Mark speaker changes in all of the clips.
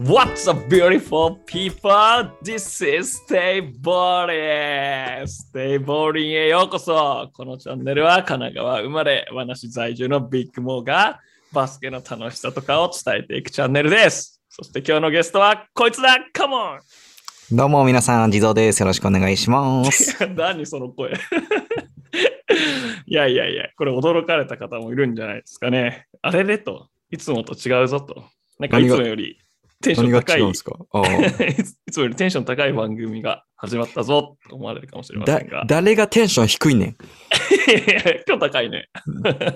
Speaker 1: What's up, beautiful people? This is Stay Boring! Stay Boring へようこそこのチャンネルは神奈川生まれ、和梨在住のビッグモーがバスケの楽しさとかを伝えていくチャンネルです。そして今日のゲストはこいつだ !Come
Speaker 2: どうも皆さん、地蔵です。よろしくお願いします。
Speaker 1: on! 何その声いやいやいや、これ驚かれた方もいるんじゃないですかね。あれれと、いつもと違うぞと。なんかいつもより テンション高い。
Speaker 2: すかああ
Speaker 1: いつ いつもよりテンション高い番組が始まったぞと思われるかもしれませ
Speaker 2: だ
Speaker 1: んが。
Speaker 2: 誰がテンション低いねん。
Speaker 1: いやいや 今日高いね。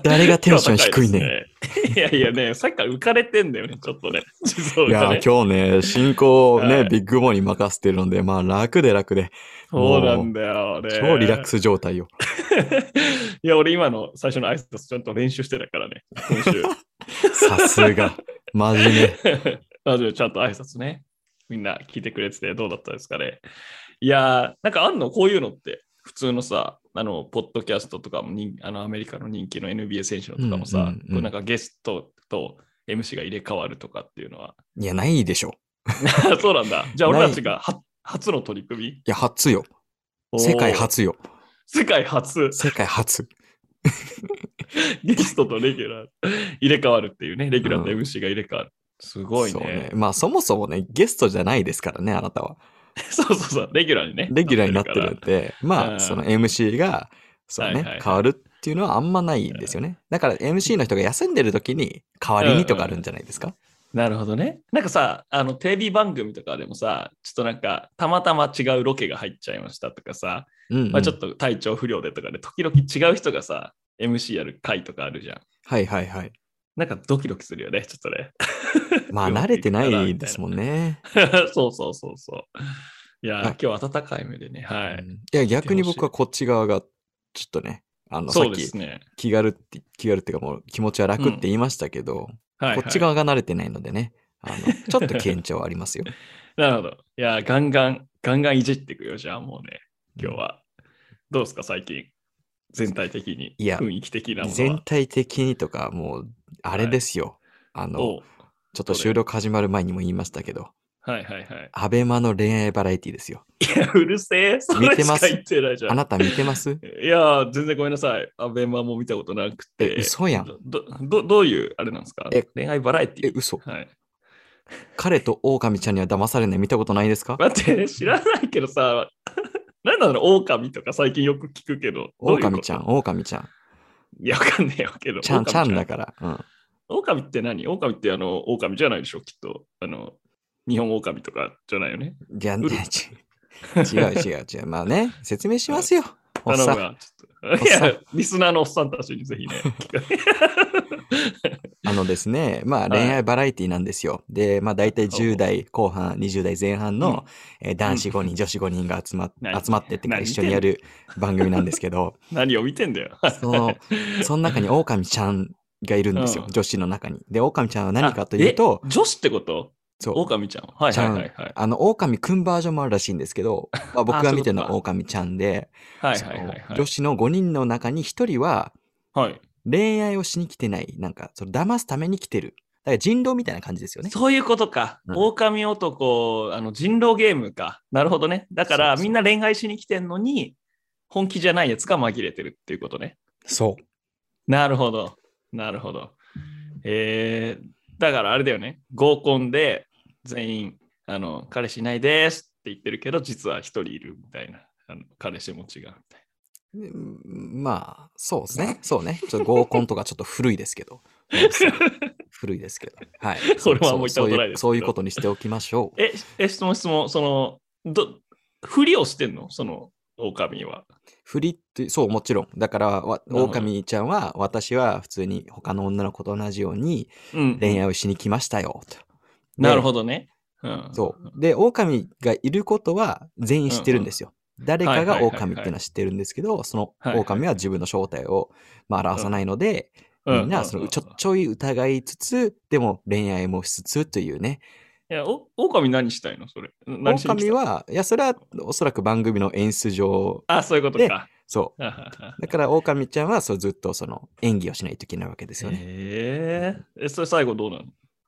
Speaker 2: 誰がテンション低 いねん。
Speaker 1: 今日高いですね。いやいやね、さっきから浮かれてんだよね、ちょっとね。地蔵
Speaker 2: い
Speaker 1: が
Speaker 2: や
Speaker 1: ね。
Speaker 2: ー、今日ね、進行を
Speaker 1: は
Speaker 2: ね、
Speaker 1: い
Speaker 2: ビッグモーに任せてるので、まあ楽で楽で、
Speaker 1: そうなんだよ、ね。
Speaker 2: 超リラック。ス状態よ。
Speaker 1: いや、俺今の最初の挨拶ちゃんと練習してたからね、今週。
Speaker 2: さす が。マジで。
Speaker 1: まあでもちゃんと挨拶ね。みんな聞いてくれててどうだったですかね。いやー、なんかあんのこういうのって、普通のさ、あの、ポッドキャストとかも人、あの、アメリカの人気の NBA 選手のとかも
Speaker 2: うんう
Speaker 1: さ
Speaker 2: んうん、
Speaker 1: こうなんかゲストと MC が入れ替わるとかっていうのは。
Speaker 2: いや、ないでしょ。
Speaker 1: そうなんだ。じゃあ
Speaker 2: ない
Speaker 1: 俺たちがは初の取り組
Speaker 2: いや、初よ。
Speaker 1: み
Speaker 2: 世界。
Speaker 1: おー
Speaker 2: 初よ。
Speaker 1: 世界初。
Speaker 2: 世界初。
Speaker 1: ゲストとレギュラー入れ替わるっていうね、レギュラーと
Speaker 2: うん
Speaker 1: MC が入れ替わる。すごい
Speaker 2: そう
Speaker 1: ね。
Speaker 2: まあそもそもね、ゲストじゃないですからね、あなたは。
Speaker 1: そうそうそう、レギュラーにね。
Speaker 2: レギュラーになって
Speaker 1: から
Speaker 2: るんで、ま
Speaker 1: うん
Speaker 2: あ、その MC が、そうね、
Speaker 1: はいはいはい
Speaker 2: 変わるっていうのはあんまないんですよね。だから MC の人が休んでる時に代わりにとかあるんじゃないですか、
Speaker 1: なるほどね。なんかさ、あのテレビ番組とかでもさ、ちょっとなんか、たまたま違うロケが入っちゃいましたとかさ、
Speaker 2: うんうん
Speaker 1: まあ、ちょっと体調不良でとかで、時々違う人がさ、MC やる回とかあるじゃん。
Speaker 2: はいは いはい。
Speaker 1: なんかドキドキするよね、ちょっとね。
Speaker 2: まあ、慣れてないですもんね。
Speaker 1: ん。そうそうそうそう。いやー、
Speaker 2: はい
Speaker 1: 今日暖かい目でね、は
Speaker 2: う
Speaker 1: い。
Speaker 2: んいや、逆に僕はこっち側が、ちょっとね、あの、さ
Speaker 1: そ
Speaker 2: っ
Speaker 1: うで
Speaker 2: き
Speaker 1: すね。
Speaker 2: 気軽って、気軽っていうかもう気持ちは楽って言いましたけど、
Speaker 1: はい、はい。
Speaker 2: こっち側が慣れてないのでね、あの、ちょっと緊張はありますよ。
Speaker 1: なるほど。いやー、ガンガン、ガンガンいじっていくよ、じゃあもうね、今日は。どうですか、最近。全体的に。
Speaker 2: いや
Speaker 1: 雰囲気的なものは。
Speaker 2: 全体的にとか、もう、あれですよ。あの、
Speaker 1: おう
Speaker 2: ちょっと収録始まる前にも言いましたけど、
Speaker 1: はいはいはい。
Speaker 2: アベマの恋愛バラエティですよ。
Speaker 1: いや、うるせえ。それ
Speaker 2: 見て
Speaker 1: し
Speaker 2: ま
Speaker 1: か
Speaker 2: す
Speaker 1: 言ってないじゃ
Speaker 2: あ
Speaker 1: ん。
Speaker 2: なた見てま す
Speaker 1: いや、全然ごめんなさい。アベマも見たことなく
Speaker 2: え
Speaker 1: て。、
Speaker 2: 嘘やん。
Speaker 1: どどどどういうあれなんですか
Speaker 2: え
Speaker 1: 恋愛バラエテ
Speaker 2: え
Speaker 1: ィ、
Speaker 2: 嘘。
Speaker 1: はい、
Speaker 2: 彼と狼ちゃんには騙されない見たことないですか
Speaker 1: 待って、知らないけどさ、 なんなのオオカミとか最近よく聞くけど。どういうこと
Speaker 2: 狼ちゃん、狼ちゃん。
Speaker 1: いや、わかんねえよけど。
Speaker 2: ちゃん、ちゃんだ
Speaker 1: か
Speaker 2: から。うん。
Speaker 1: オオカミって何オオカミってあの、オオカミじゃないでしょ、きっと。あの、日本オオカミとかじゃないよね。
Speaker 2: じゃあ、
Speaker 1: うる
Speaker 2: ね、ち違う違う違う。まあね、説明しますよ。おっ
Speaker 1: 頼む
Speaker 2: さん。
Speaker 1: わちょっと。
Speaker 2: お
Speaker 1: い
Speaker 2: っさん
Speaker 1: や、リスナーのおっさんたちにぜひね。聞か
Speaker 2: あのですね、まあ
Speaker 1: は
Speaker 2: 恋
Speaker 1: い
Speaker 2: 愛バラエティなんですよ。で、まあ大体
Speaker 1: ほうほう
Speaker 2: 10代後半、20代前半の、えー男子5人、女子5人が集まっ
Speaker 1: 何
Speaker 2: 集まってってか
Speaker 1: 何
Speaker 2: 一緒にやる番組なんですけど、
Speaker 1: 何を見てんだよ。
Speaker 2: その、その中に狼ちゃんがいるんですよ、
Speaker 1: うん
Speaker 2: 女子の中に。で、狼ちゃんは何かというと
Speaker 1: あ、え 女子ってこと
Speaker 2: そう、
Speaker 1: 狼ちゃん。はいはいはいはい。
Speaker 2: あの、狼くんバージョンもあるらしいんですけ ど、まあ、僕が見てるの
Speaker 1: あ
Speaker 2: は
Speaker 1: そう
Speaker 2: 狼ちゃんで、
Speaker 1: はい
Speaker 2: そ
Speaker 1: は
Speaker 2: の
Speaker 1: いはいはい
Speaker 2: 女。子の5人の中に1人は
Speaker 1: はい、
Speaker 2: 恋愛をしに来てない、なんか、その騙すために来てる。だから人狼みたいな感じですよね。
Speaker 1: そういうことか。
Speaker 2: うん
Speaker 1: 狼男、あの人狼ゲームか。なるほどね。だから
Speaker 2: そうそう
Speaker 1: みんな恋愛しに来てんのに、本気じゃないやつが紛れてるっていうことね。
Speaker 2: そう。
Speaker 1: なるほど。なるほど。えー、だからあれだよね。合コンで全員、あの、彼氏いないですって言ってるけど、実は一人いるみたいな。あの彼氏も違うみたいな。
Speaker 2: まあ、そうですね。そうね。ちょっと合コンとかちょっと古いですけど。 古いですけど。はい。
Speaker 1: それはあんま行ったことないですけど
Speaker 2: そうそういうそういうことにしておきましょう。
Speaker 1: え、え質問質問、その、ど、ふりをしてんのその、狼は。
Speaker 2: 振りって、そう、もちろん。だから、わ
Speaker 1: なるほど
Speaker 2: 狼ちゃんは、私は普通に他の女の子と同じように
Speaker 1: うん
Speaker 2: 恋愛をしに来ましたよ。と
Speaker 1: なるほ
Speaker 2: ど。
Speaker 1: どね。うん。
Speaker 2: そう。で、狼がいることは全員知ってるんですよ。誰かが狼っていうのは知ってるんですけど、その
Speaker 1: はいはい
Speaker 2: 狼は自分の正体を、まあ、表さないので、
Speaker 1: う
Speaker 2: みんなそのちょちょい疑いつつ、でも恋愛もしつつというね。
Speaker 1: いや、お、狼何したいのそれ。何しに来
Speaker 2: 狼
Speaker 1: た
Speaker 2: は、いや、それはおそらく番組の演出上、
Speaker 1: あ、そういうことか。
Speaker 2: そ
Speaker 1: ははは
Speaker 2: う。だから狼ちゃんはそうずっとその演技をしないといけないわけですよね。
Speaker 1: へええ、それ最後どうなの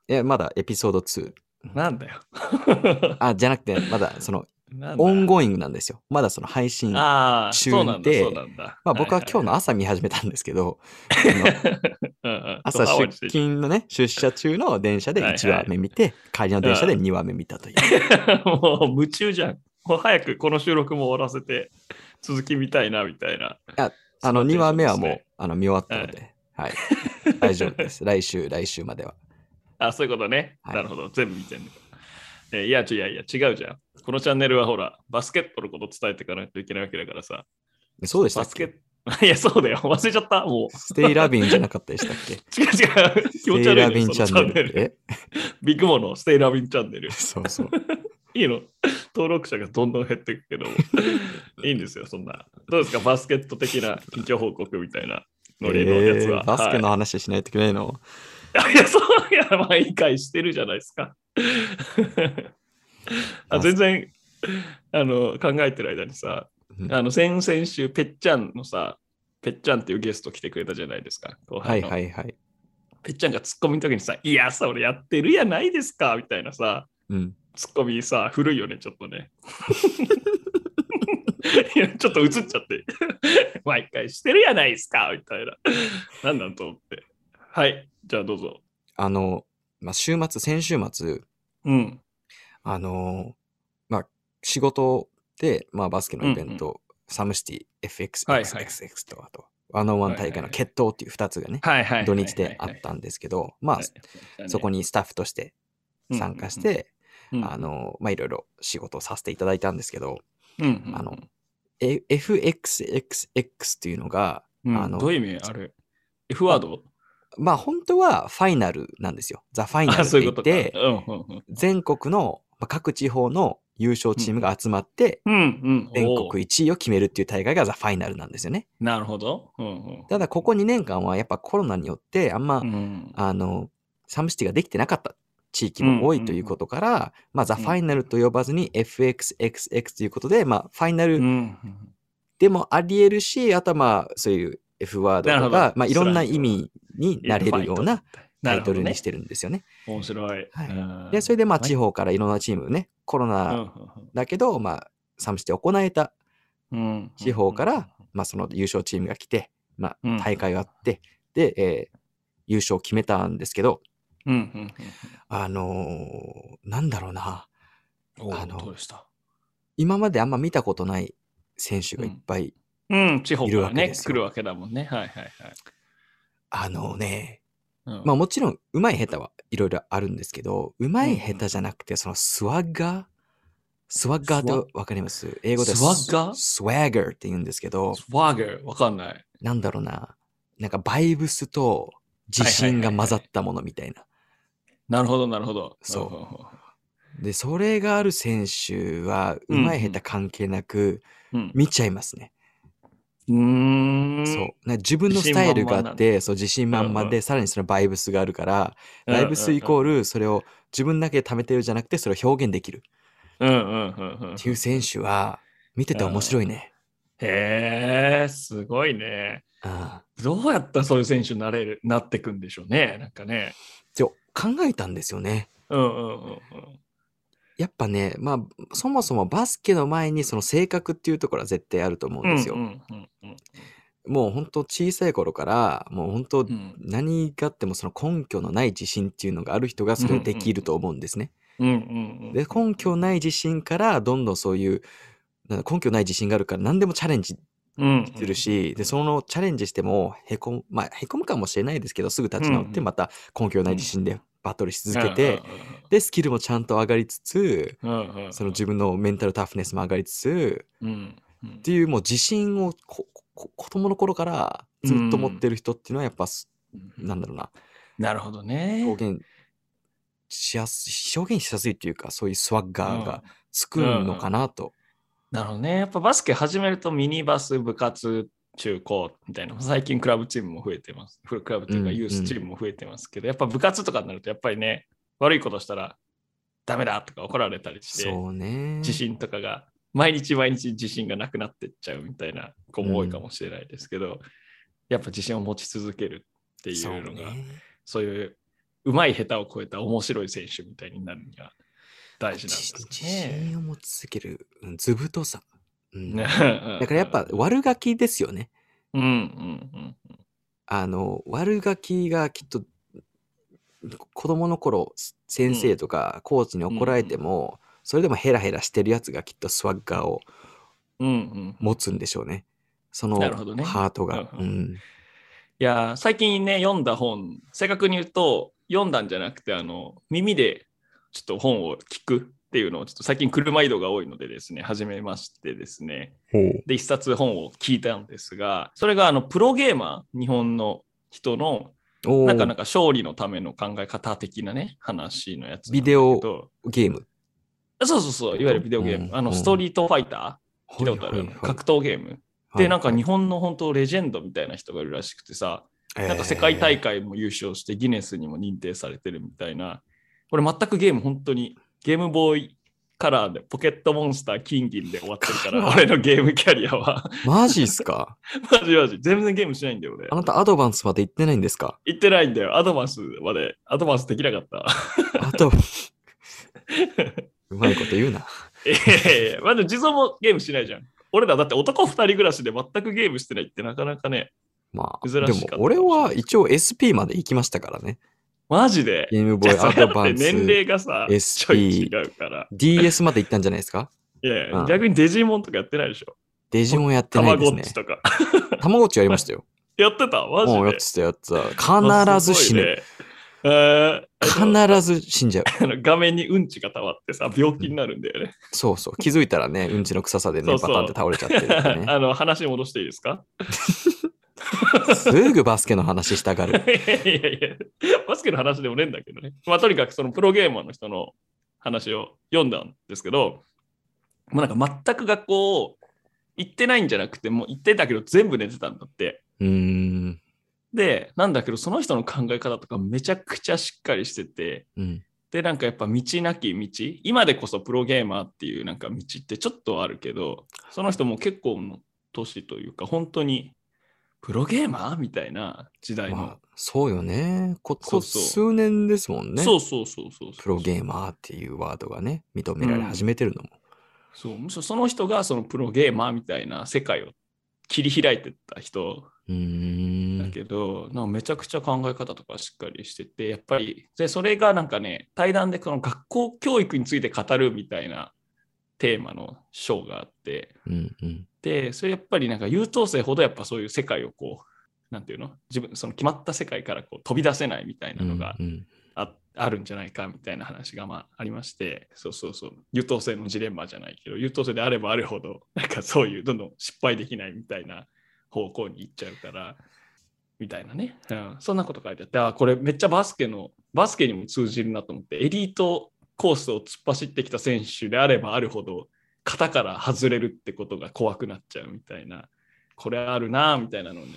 Speaker 2: えまだエピソード2。
Speaker 1: なんだよ。
Speaker 2: あ、じゃなくて、まだその、
Speaker 1: なんだ
Speaker 2: オンゴイングなんですよ。まだその配信。ま
Speaker 1: ああ、
Speaker 2: 中
Speaker 1: そうなんだ、
Speaker 2: で
Speaker 1: そうなんだ。
Speaker 2: あ僕は今日
Speaker 1: 日
Speaker 2: の朝見始めたんです けど、
Speaker 1: 朝
Speaker 2: 朝出勤のね、出社中の電車で
Speaker 1: はいはい
Speaker 2: 1話目見て、帰りの電車で2話目見たという。
Speaker 1: もう夢中じゃん。もう早くこの収録も終わらせて、続き見たいな、みたいな。
Speaker 2: あ あの、2話目は
Speaker 1: そう
Speaker 2: も
Speaker 1: で
Speaker 2: う、あの、見終わったので、はい。大丈 夫です。来週、来週までは。
Speaker 1: あ、そういうことね。
Speaker 2: はい
Speaker 1: なるほど。全部見てんの、えーいや、ちょいやいや、違うじゃん。このチャンネルはほら、バスケットのこと伝えていかないといけないわけだからさ。
Speaker 2: そうでした
Speaker 1: バ
Speaker 2: っ
Speaker 1: スケ
Speaker 2: け
Speaker 1: ット。い や、そうだよ。忘れちゃった。もう。
Speaker 2: ステイラビンじゃなかったでしたっけ
Speaker 1: 違う違う。 気
Speaker 2: ス
Speaker 1: 持ち
Speaker 2: テイ
Speaker 1: 悪い
Speaker 2: ラ
Speaker 1: ね
Speaker 2: ビン
Speaker 1: そ
Speaker 2: チ
Speaker 1: の
Speaker 2: ャンネル。え
Speaker 1: ビッグモのステイラビンチャンネル。
Speaker 2: そうそう。
Speaker 1: いいの登録者がどんどん減っていくけど、いいんですよ、そんな。どうですか、バスケット的な近況報告みたいな ノリのやつは。
Speaker 2: えーバスケの
Speaker 1: は
Speaker 2: 話しないといけないの、
Speaker 1: い、いや、そういや、毎回してるじゃないですか。あ全然あの考えてる間にさ、
Speaker 2: うん
Speaker 1: あの先々週、ぺっちゃんのさ、ぺっちゃんっていうゲスト来てくれたじゃないですか。後
Speaker 2: は
Speaker 1: 輩
Speaker 2: い
Speaker 1: の
Speaker 2: はいはい。
Speaker 1: ぺっちゃんがツッコミの時にさ、いや、それやってるやないですか、みたいなさ、
Speaker 2: うん。
Speaker 1: ツッコミさ、古いよね、ちょっと ね。いや、ちょっと映っちゃって。 毎回してるやないですか、みたいな。なんなんと思って。はい、じゃあどうぞ。
Speaker 2: あの、まあ、週末、先週末、
Speaker 1: うん。
Speaker 2: あのまあ、仕事で、まあ、バスケのイベント、サムシティ、FX、
Speaker 1: はいはい
Speaker 2: XXX と、あと、ワンオンワン大会の決闘っていう2つがね、
Speaker 1: はいはいはいはいはい。
Speaker 2: 土日であったんですけど、まあ、
Speaker 1: はい。
Speaker 2: そこ
Speaker 1: に
Speaker 2: にスタッフとして参加し、て、あの、まあ、いろいろ仕事をさせていただいたんですけど、あのえ FXXX っていうのが、あ
Speaker 1: あ
Speaker 2: の
Speaker 1: の、どういう意味ある ?F ワード
Speaker 2: まあ、本当はファイナルなんですよ。ザ・ファイナル
Speaker 1: あ、
Speaker 2: っ
Speaker 1: そ
Speaker 2: て
Speaker 1: ういう
Speaker 2: 言っ
Speaker 1: ことか。
Speaker 2: て、
Speaker 1: うんうん
Speaker 2: 全国のまあ各地方の優勝チームが集まって、
Speaker 1: うん。うんうん。
Speaker 2: 全
Speaker 1: おう
Speaker 2: 国1位を決めるっていう大会がザ・ファイナルなんですよね。
Speaker 1: なるほど。うんうん
Speaker 2: ただ、ここ2年間はやっぱコロナによって、あんま、
Speaker 1: うん
Speaker 2: あの、サムシティができてなかった地域も多いということから、まあ、ザ・
Speaker 1: う
Speaker 2: フ
Speaker 1: ん
Speaker 2: ァイナルと呼ばずに FXXX ということで、まあ、ファイナ
Speaker 1: う
Speaker 2: ル
Speaker 1: ん
Speaker 2: でもあり得るし、あとはまあ、そういう F ワード
Speaker 1: なる
Speaker 2: と
Speaker 1: ほど
Speaker 2: か、まあ、いろんな意味になれるようなタ
Speaker 1: なる
Speaker 2: イ
Speaker 1: ほ
Speaker 2: ト
Speaker 1: ど
Speaker 2: ル
Speaker 1: ね
Speaker 2: にしてるんですよね。
Speaker 1: 面白い。
Speaker 2: はい
Speaker 1: うん
Speaker 2: で、それでまあ、地方からいろんなチームね、コロナだけど、まあ、サムシティ行えた、地方から、まあ、その優勝チームが来て、ま
Speaker 1: うん
Speaker 2: あ、大会があって、で、えー優勝を決めたんですけど、
Speaker 1: うんうんうん
Speaker 2: あのーなんだろうな、
Speaker 1: うんうん、
Speaker 2: あの
Speaker 1: どうでした
Speaker 2: 今まであんま見たことない選手がいっぱい、
Speaker 1: うん、地方か
Speaker 2: いる
Speaker 1: ら
Speaker 2: わけ
Speaker 1: ね、
Speaker 2: ですよ
Speaker 1: 来るわけだもんね。はいはいはい。
Speaker 2: あのね、
Speaker 1: うん
Speaker 2: まあもちろん上手い下手はいろいろあるんですけど、上手い下手じゃなくて、そのスワッガー、スワッガーってわかります英語で
Speaker 1: スワッガー
Speaker 2: スワッガーって言うんですけど、
Speaker 1: スワーゲー、わかんない。
Speaker 2: なんだろうな、なんかバイブスと自信が混ざったものみたいな。
Speaker 1: なるほど、なるほど。
Speaker 2: そう
Speaker 1: う
Speaker 2: で、それがある選手は、
Speaker 1: うんうん
Speaker 2: 上手い下手関係なく、
Speaker 1: うん。
Speaker 2: 見ちゃいますね。
Speaker 1: うん。
Speaker 2: そう。なんか自分のスタイルがあ
Speaker 1: 自信満々な
Speaker 2: っ
Speaker 1: ん
Speaker 2: て、そう、自信満々
Speaker 1: うんう
Speaker 2: で、さらにそのバイブスがあるから、
Speaker 1: うん。
Speaker 2: バイブスイコー
Speaker 1: ル。
Speaker 2: ル、それを自分だけで貯めてるじゃなくて、それを表現できる
Speaker 1: うんうんうんうん。
Speaker 2: っていう選手は、見てて面白いね。
Speaker 1: へえ、すごいね。
Speaker 2: ああ。
Speaker 1: どうやったらそういう選手になれる、なってくんでしょうね。なんかね。
Speaker 2: ちょ考えたんですよね。
Speaker 1: うんうんうんうん。
Speaker 2: やっぱね、まあ、そもそもバスケの前にその性格っていうところは絶対あると思うんですよ。
Speaker 1: うんうんうん
Speaker 2: もう本当小さい頃から、もう本当
Speaker 1: うん
Speaker 2: 何があってもその根拠のない自信っていうのがある人がそれをできると思うんですね。
Speaker 1: うんうんうん。
Speaker 2: で根拠ない自信からどんどんそういうなんだ根拠ない自信があるから何でもチャレンジ
Speaker 1: うん
Speaker 2: するし、でそのチャレンジしてもへこむまあへこむかもしれないですけどすぐ立ち直っ
Speaker 1: うんう
Speaker 2: て
Speaker 1: ん
Speaker 2: また根拠ない自信でバトルし続けて、でスキルもちゃんと上がりつつ
Speaker 1: うんうんうんうん、
Speaker 2: その自分のメンタルタフネスも上がりつつ
Speaker 1: うんうん
Speaker 2: っていうもう自信をここ子供の頃からずっと持ってる人っていうのはやっぱ、すなんだろうな
Speaker 1: なるほどね。
Speaker 2: 表現しやすい表現しやすいというかそういうスワッガー
Speaker 1: う
Speaker 2: が
Speaker 1: ん
Speaker 2: つくのかなと、
Speaker 1: なるほどね。やっぱバスケ始めるとミニバス、部活、中高みたいな、最近クラブチームも増えてます。クラブというか
Speaker 2: うん
Speaker 1: ユースチームも増えてますけど、やっぱ部活とかになると、やっぱりね、悪いことしたらダメだとか怒られたりして、
Speaker 2: そうね。
Speaker 1: 自信とかが、毎日毎日自信がなくなってっちゃうみたいな子も多いかもしれないですけど、やっぱ自信を持ち続けるっていうのが、
Speaker 2: そうね
Speaker 1: そういううまい下手を超えた面白い選手みたいになるには大事なんで
Speaker 2: 自
Speaker 1: す
Speaker 2: 自
Speaker 1: ね。
Speaker 2: 信を持ち続ける、うん、ずぶとさ。うん、だ
Speaker 1: だ
Speaker 2: からやっぱ、悪ガキですよね。
Speaker 1: うんうん
Speaker 2: あの、悪ガキがきっと、子供の頃、先生とかコーチに怒られても、それでもヘラヘラしてるやつがきっとスワッガーを
Speaker 1: うん。うんうん、
Speaker 2: 持つんでしょうね。その
Speaker 1: なるほどね
Speaker 2: ハートが。
Speaker 1: う
Speaker 2: うん
Speaker 1: うん
Speaker 2: ん
Speaker 1: いやー、最近ね、読んだ本、正確に言うと、読んだんじゃなくて、あの、耳でちょっと本を聞くっていうのを、ちょっと最近車移動が多いのでですね、 始めましてですね、で、一冊本を聞いたんですが、それがあのプロゲーマー、日本の人の、
Speaker 2: おー
Speaker 1: なかなか勝利のための考え方的なね、話のやつなんだけど。
Speaker 2: ビデオゲーム。
Speaker 1: あそうそうそう、いわゆるビデオゲーム。
Speaker 2: うん
Speaker 1: あの、
Speaker 2: うん
Speaker 1: ストリートファイター、聞いたことあるよね格闘ゲーム。で、なんか日
Speaker 2: 本、
Speaker 1: 本の本当レジェンドみたいな人がいるらしくてさ、なんか世界大会も優勝してギネスにも認定されてるみたいな。これ全くゲーム本当にゲームボーイカラーでポケットモンスター金銀で終わってるから、 俺のゲームキャリアは。
Speaker 2: えー。マジっすか
Speaker 1: マジマジ。全然ゲームしないんだよ、俺
Speaker 2: あ。なたアドバンスまで行ってないんですか
Speaker 1: 行ってないんだよ。アドバンスまで、アドバンスできなかった。
Speaker 2: あと、 うまいこと言うな。
Speaker 1: ええまあでも地蔵もゲームしないじゃん。俺らだって男二人暮らしで全くゲームしてないってなかなかね、
Speaker 2: まあ、
Speaker 1: 珍し
Speaker 2: で
Speaker 1: か
Speaker 2: も
Speaker 1: った
Speaker 2: 俺は一応 SP まで行きましたか らね。
Speaker 1: マジで。
Speaker 2: ゲームボーイア
Speaker 1: それ
Speaker 2: ド
Speaker 1: だっ
Speaker 2: バ
Speaker 1: て
Speaker 2: ンス。
Speaker 1: 年齢がさ、
Speaker 2: SP
Speaker 1: ちょい違うから。
Speaker 2: DS まで行ったんじゃな いですか
Speaker 1: いやいや
Speaker 2: うん
Speaker 1: 逆にデジモンとかやってないでしょ。
Speaker 2: デジモンやって
Speaker 1: た
Speaker 2: な
Speaker 1: ま
Speaker 2: いで
Speaker 1: ご
Speaker 2: す
Speaker 1: っ
Speaker 2: ね
Speaker 1: ち。とか。
Speaker 2: たまごっちやりましたよ。
Speaker 1: やってた マジ
Speaker 2: もうやっ
Speaker 1: で。
Speaker 2: てたやってた。必ず死ぬ。
Speaker 1: あ。すごいねえー
Speaker 2: 必ず死んじゃう。
Speaker 1: あの画面にうんちがたまってさ、病気になるんだよね。
Speaker 2: そうそう。気づいたらね、うんちの臭さでね、
Speaker 1: そう
Speaker 2: バ
Speaker 1: そ
Speaker 2: タ
Speaker 1: う
Speaker 2: ンって倒れちゃってるってね。
Speaker 1: あの話戻していいですか
Speaker 2: すぐバスケの話したが
Speaker 1: い
Speaker 2: る。
Speaker 1: やいやいや、バスケの話でもねえんだけどね。まあ、とにかくそのプロゲーマーの人の話を読んだんですけど、もうなんか全く学校を行ってないんじゃなくて、もう行ってたけど全部寝てたんだって。
Speaker 2: うーん。
Speaker 1: で、なんだけど、その人の考え方とかめちゃくちゃしっかりしてて、
Speaker 2: うん。
Speaker 1: で、なんかやっぱ道なき道、今でこそプロゲーマーっていうなんか道ってちょっとあるけど、その人も結構の年というか、本当にプロゲーマーみたいな時代の。
Speaker 2: まあ、そうよね。こ
Speaker 1: そ
Speaker 2: こ
Speaker 1: うそう
Speaker 2: 数年ですもんね。
Speaker 1: そうそうそうそうそう。
Speaker 2: プロゲーマーっていうワードがね、認められ始めてるのも。
Speaker 1: そうむしろその人がそのプロゲーマーみたいな世界を切り開いてった人
Speaker 2: うー
Speaker 1: だ
Speaker 2: ん。
Speaker 1: けど、なんかめちゃくちゃ考え方とかしっかりしててやっぱりでそれがなんかね対談でその学校教育について語るみたいなテーマの章があって
Speaker 2: うんうん。
Speaker 1: でそれやっぱりなんか優等生ほどやっぱそういう世界をこうなんていうの自分その決まった世界からこう飛び出せないみたいなのが
Speaker 2: うんうん
Speaker 1: ああるんじゃないかみたいな話がまあありましてそうそうそう優等生のジレンマじゃないけど優等生であればあるほどなんかそういうどんどん失敗できないみたいな方向に行っちゃうからみたいなね、うん、そんなこと書いてあってあこれめっちゃバスケのバスケにも通じるなと思ってエリートコースを突っ走ってきた選手であればあるほど型から外れるってことが怖くなっちゃうみたいなこれあるなみたいなのをね
Speaker 2: い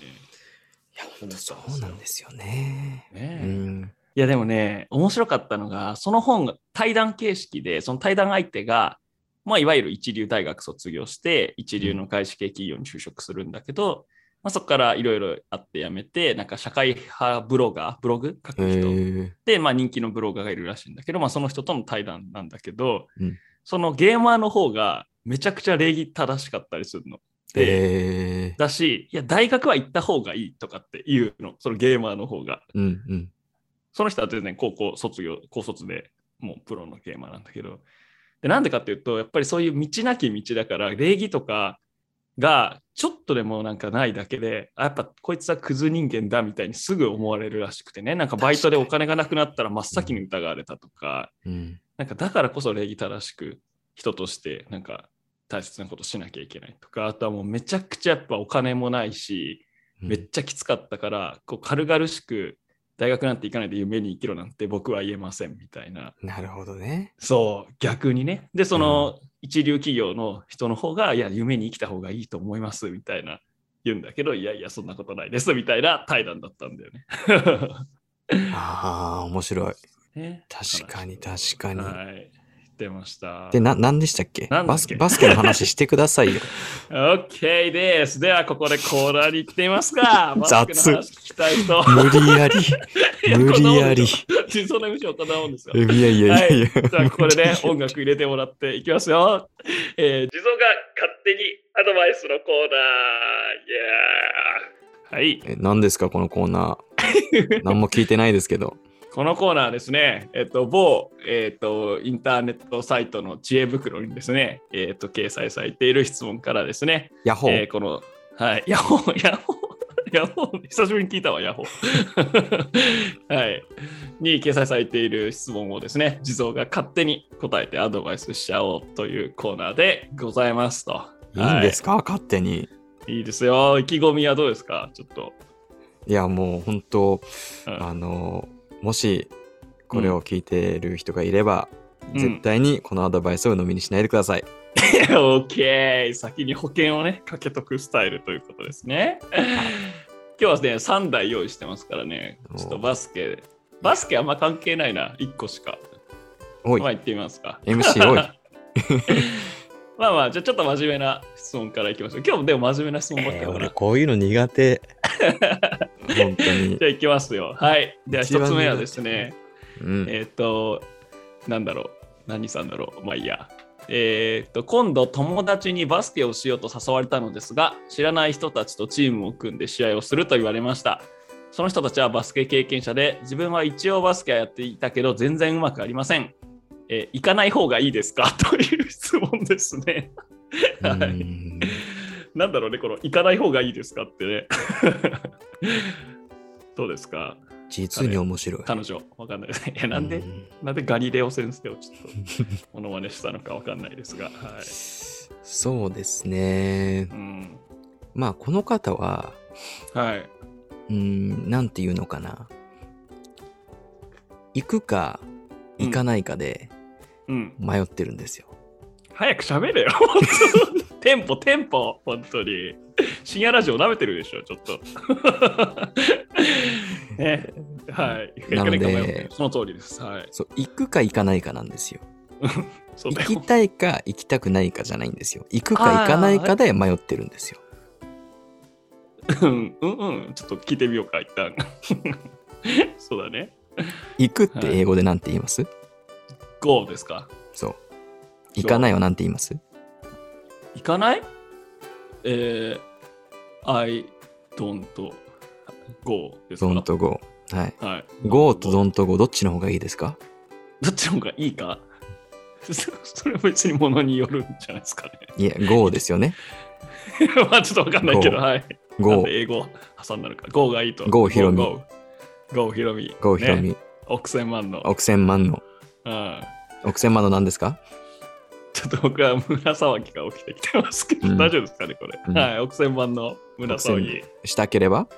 Speaker 2: や、本当そうなんですよね。う
Speaker 1: ねえ
Speaker 2: ん。
Speaker 1: いやでもね、面白かったのが、その本が対談形式で、その対談相手が、まあ、いわゆる一流大学卒業して、一流の外資系企業に就職するんだけど、まあ、そこからいろいろあって辞めて、なんか社会派ブロガー、ブログ書
Speaker 2: へ
Speaker 1: く人
Speaker 2: え。
Speaker 1: で、まあ、人気のブロガーがいるらしいんだけど、まあ、その人との対談なんだけど、
Speaker 2: うん
Speaker 1: そのゲーマーの方がめちゃくちゃ礼儀正しかったりするの。で
Speaker 2: へえ。
Speaker 1: だし、いや、大学は行った方がいいとかっていうの、そのゲーマーの方が。
Speaker 2: うんうん。
Speaker 1: その人は全然高校卒業、高卒でもうプロのゲーマーなんだけど、でなんでかっていうと、やっぱりそういう道なき道だから、礼儀とかがちょっとでもなんかないだけで、あやっぱこいつはクズ人間だみたいにすぐ思われるらしくてね、なんかバイトでお金がなくなったら真っ先に疑われたとか、
Speaker 2: うん。
Speaker 1: なんかだからこそ礼儀正しく人としてなんか大切なことしなきゃいけないとか、あとはもうめちゃくちゃやっぱお金もないし、めっちゃきつかったから、こう軽々しく大学なんて行かないで夢に生きろなんて僕は言えませんみたいな。
Speaker 2: なるほどね。
Speaker 1: そう、逆にね。で、その一流企業の人の方が、いや、夢に生きた方がいいと思いますみたいな言うんだけど、いやいや、そんなことないですみたいな対談だったんだよね。
Speaker 2: ああ、面白い。
Speaker 1: ね
Speaker 2: 確かに確かに
Speaker 1: はい。ってました。
Speaker 2: で、な、何でしたっけ
Speaker 1: なんだっけ
Speaker 2: バスバスケの話してください よ。
Speaker 1: OK です。では、ここでコーナーに行ってみますか。
Speaker 2: 雑
Speaker 1: バスケの話聞きたい 人。
Speaker 2: 無理やり。無理やり。い
Speaker 1: 実装の MC 岡田もんですよ。
Speaker 2: やいやいやいや。
Speaker 1: じゃあ、これ で音楽入れてもらっていきますよ。えー、地蔵が勝手にアドバイスのコーナー。イエーイはい。
Speaker 2: え何ですかこのコーナ ー何も聞いてないですけど
Speaker 1: このコーナーですね、えっと、某、えっと、インターネットサイトの知恵袋にですね、えっと、掲載されている質問からですね、
Speaker 2: ヤホー、
Speaker 1: えーこの、はい、ヤホー、ヤホー。ヤホー久しぶりに聞いたわ、ヤホー。 はい。に掲載されている質問をですね、地蔵が勝手に答えてアドバイスしちゃおうというコーナーでございますと。
Speaker 2: いいんですか、勝手に
Speaker 1: いいですよ。意気込みはどうですかちょっと。
Speaker 2: いやもう本当、
Speaker 1: うん
Speaker 2: あのもしこれを聞いてる人がいれば、
Speaker 1: うん
Speaker 2: 絶対にこのアドバイスを鵜呑みにしないでください、
Speaker 1: オッケー先に保険をね、かけとくスタイルということですね。今日はね、3台用意してますからね、ちょっとバスケ、バスケあんま関係ないな、1個しか。
Speaker 2: おい
Speaker 1: まあ、行ってみますか。
Speaker 2: MC おい
Speaker 1: まあまあ、じゃあちょっと真面目な質問からいきましょう。今日もでも真面目な質問ばっか
Speaker 2: え
Speaker 1: り
Speaker 2: ー
Speaker 1: だな。
Speaker 2: 俺こういうの苦手本当 に
Speaker 1: じゃあいきますよ。はい。では
Speaker 2: 一番
Speaker 1: 1つ目はですね、
Speaker 2: うん
Speaker 1: えっ、と、なんだろう、何さんだろう、まあいいや。えっ、と、今度友達にバスケをしようと誘われたのですが、知らない人たちとチームを組んで試合をすると言われました。その人たちはバスケ経験者で、自分は一応バスケはやっていたけど、全然うまくありません。えー行かない方がいいですかという質問ですね。
Speaker 2: う
Speaker 1: はい
Speaker 2: ん
Speaker 1: なんだろうね、この行かない方がいいですかってね。 どうですか
Speaker 2: 実に面白い
Speaker 1: 彼女、わかんない ですね。いやなんで、
Speaker 2: うん
Speaker 1: なんでガリレオ先生をちょっとモノマネしたのかわかんないですが、はい。
Speaker 2: そうですね
Speaker 1: うん。
Speaker 2: まあこの方は
Speaker 1: はい。
Speaker 2: うーん、なんていうのかな。行くか、行かないかで
Speaker 1: うん。
Speaker 2: 迷ってるんですよ。
Speaker 1: 早く喋れよ。 テンポ、テンポ、本当に。深夜ラジオ舐めてるでしょ、ちょっと。 ね。はい。
Speaker 2: なので
Speaker 1: いかないか迷ってるその通りです。はい。
Speaker 2: そう、行くか行かないかなんですよ。
Speaker 1: そうだ
Speaker 2: 行
Speaker 1: よ
Speaker 2: きたいか行きたくないかじゃないんですよ。行くか行かないかで迷ってるんですよ。
Speaker 1: うんうんうん。ちょっと聞いてみようか、一旦。 そうだね。
Speaker 2: 行くって英語でなんて言います、
Speaker 1: GO ですか
Speaker 2: そう。行かないはなんて言います
Speaker 1: 行かないえー、I don't go ですか
Speaker 2: ドンとゴー。はい。
Speaker 1: はい。
Speaker 2: ゴーとドンとゴー、どっちの方がいいですか
Speaker 1: どっちの方がいいか そそれは別にものによるんじゃないですかね。
Speaker 2: いや、ゴーですよね。
Speaker 1: まあちょっとわかんないけど、
Speaker 2: Go
Speaker 1: はい。なん
Speaker 2: ゴ
Speaker 1: で
Speaker 2: ー、
Speaker 1: 英語挟んだのか。Go がいいと。
Speaker 2: Go ひろみ
Speaker 1: Go Go ひろみ。
Speaker 2: ゴーヒロ
Speaker 1: ね。
Speaker 2: ミ、
Speaker 1: 億千万の。
Speaker 2: 億千万の。
Speaker 1: うん
Speaker 2: 億千万の何ですか
Speaker 1: ちょっと僕は村騒ぎが起きてきてますけど、
Speaker 2: うん
Speaker 1: 大丈夫ですかね、これ。
Speaker 2: うん
Speaker 1: はい。億千万の村騒ぎ。
Speaker 2: したければ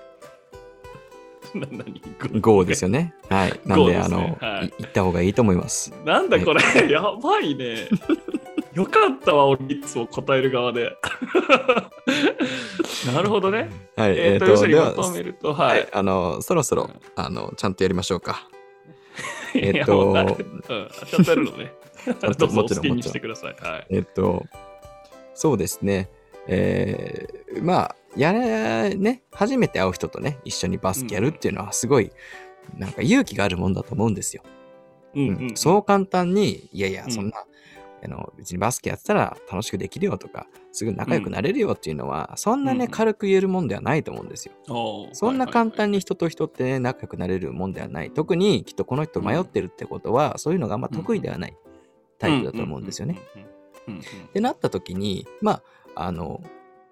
Speaker 1: な 何
Speaker 2: GO ですよね。はい。なん
Speaker 1: Go
Speaker 2: で、
Speaker 1: で
Speaker 2: あ
Speaker 1: すね
Speaker 2: の、
Speaker 1: はい
Speaker 2: い行った方がいいと思います。
Speaker 1: なんだこれ、 やばい ね。よかったわ、俺いつも答える側 で。なるほどね。
Speaker 2: はい。
Speaker 1: えっ、
Speaker 2: えっ、
Speaker 1: と、要す
Speaker 2: と、
Speaker 1: るに
Speaker 2: では、
Speaker 1: まとめると、
Speaker 2: は
Speaker 1: はい
Speaker 2: い。。あの、そろそろ
Speaker 1: はい、
Speaker 2: あの、ちゃんとやりましょうか。えっと
Speaker 1: いやもうなうん、ちゃんとやるの ね。
Speaker 2: ゃん
Speaker 1: ど
Speaker 2: と
Speaker 1: うぞ
Speaker 2: も
Speaker 1: お好
Speaker 2: ちろん
Speaker 1: き
Speaker 2: も
Speaker 1: に
Speaker 2: ちろん
Speaker 1: してください。はい。
Speaker 2: えっ、と、そうですね。えーまあ、やれ、ね、初めて会う人とね、一緒にバスケやるっていうのは、すごい、なんか勇気があるもんだと思うんですよ。
Speaker 1: うん
Speaker 2: うん
Speaker 1: うん、
Speaker 2: そう簡単に、いやいや
Speaker 1: う、ん
Speaker 2: そんな、あの別にバスケやってたら楽しくできるよとか、すぐ仲良くなれるよっていうのは、そんな
Speaker 1: うんう
Speaker 2: ね、
Speaker 1: ん
Speaker 2: 軽く言えるもんではないと思うんですよ。
Speaker 1: おー
Speaker 2: そんな簡単
Speaker 1: は
Speaker 2: に
Speaker 1: い
Speaker 2: 人と人ってね仲良くなれるもんではない。特にきっとこの人迷ってるってことは、そういうのがあんま得意ではないタ
Speaker 1: はいはい
Speaker 2: イプだと思うんですよね。。
Speaker 1: うんうんうん
Speaker 2: ってなった時に、まあ、あの、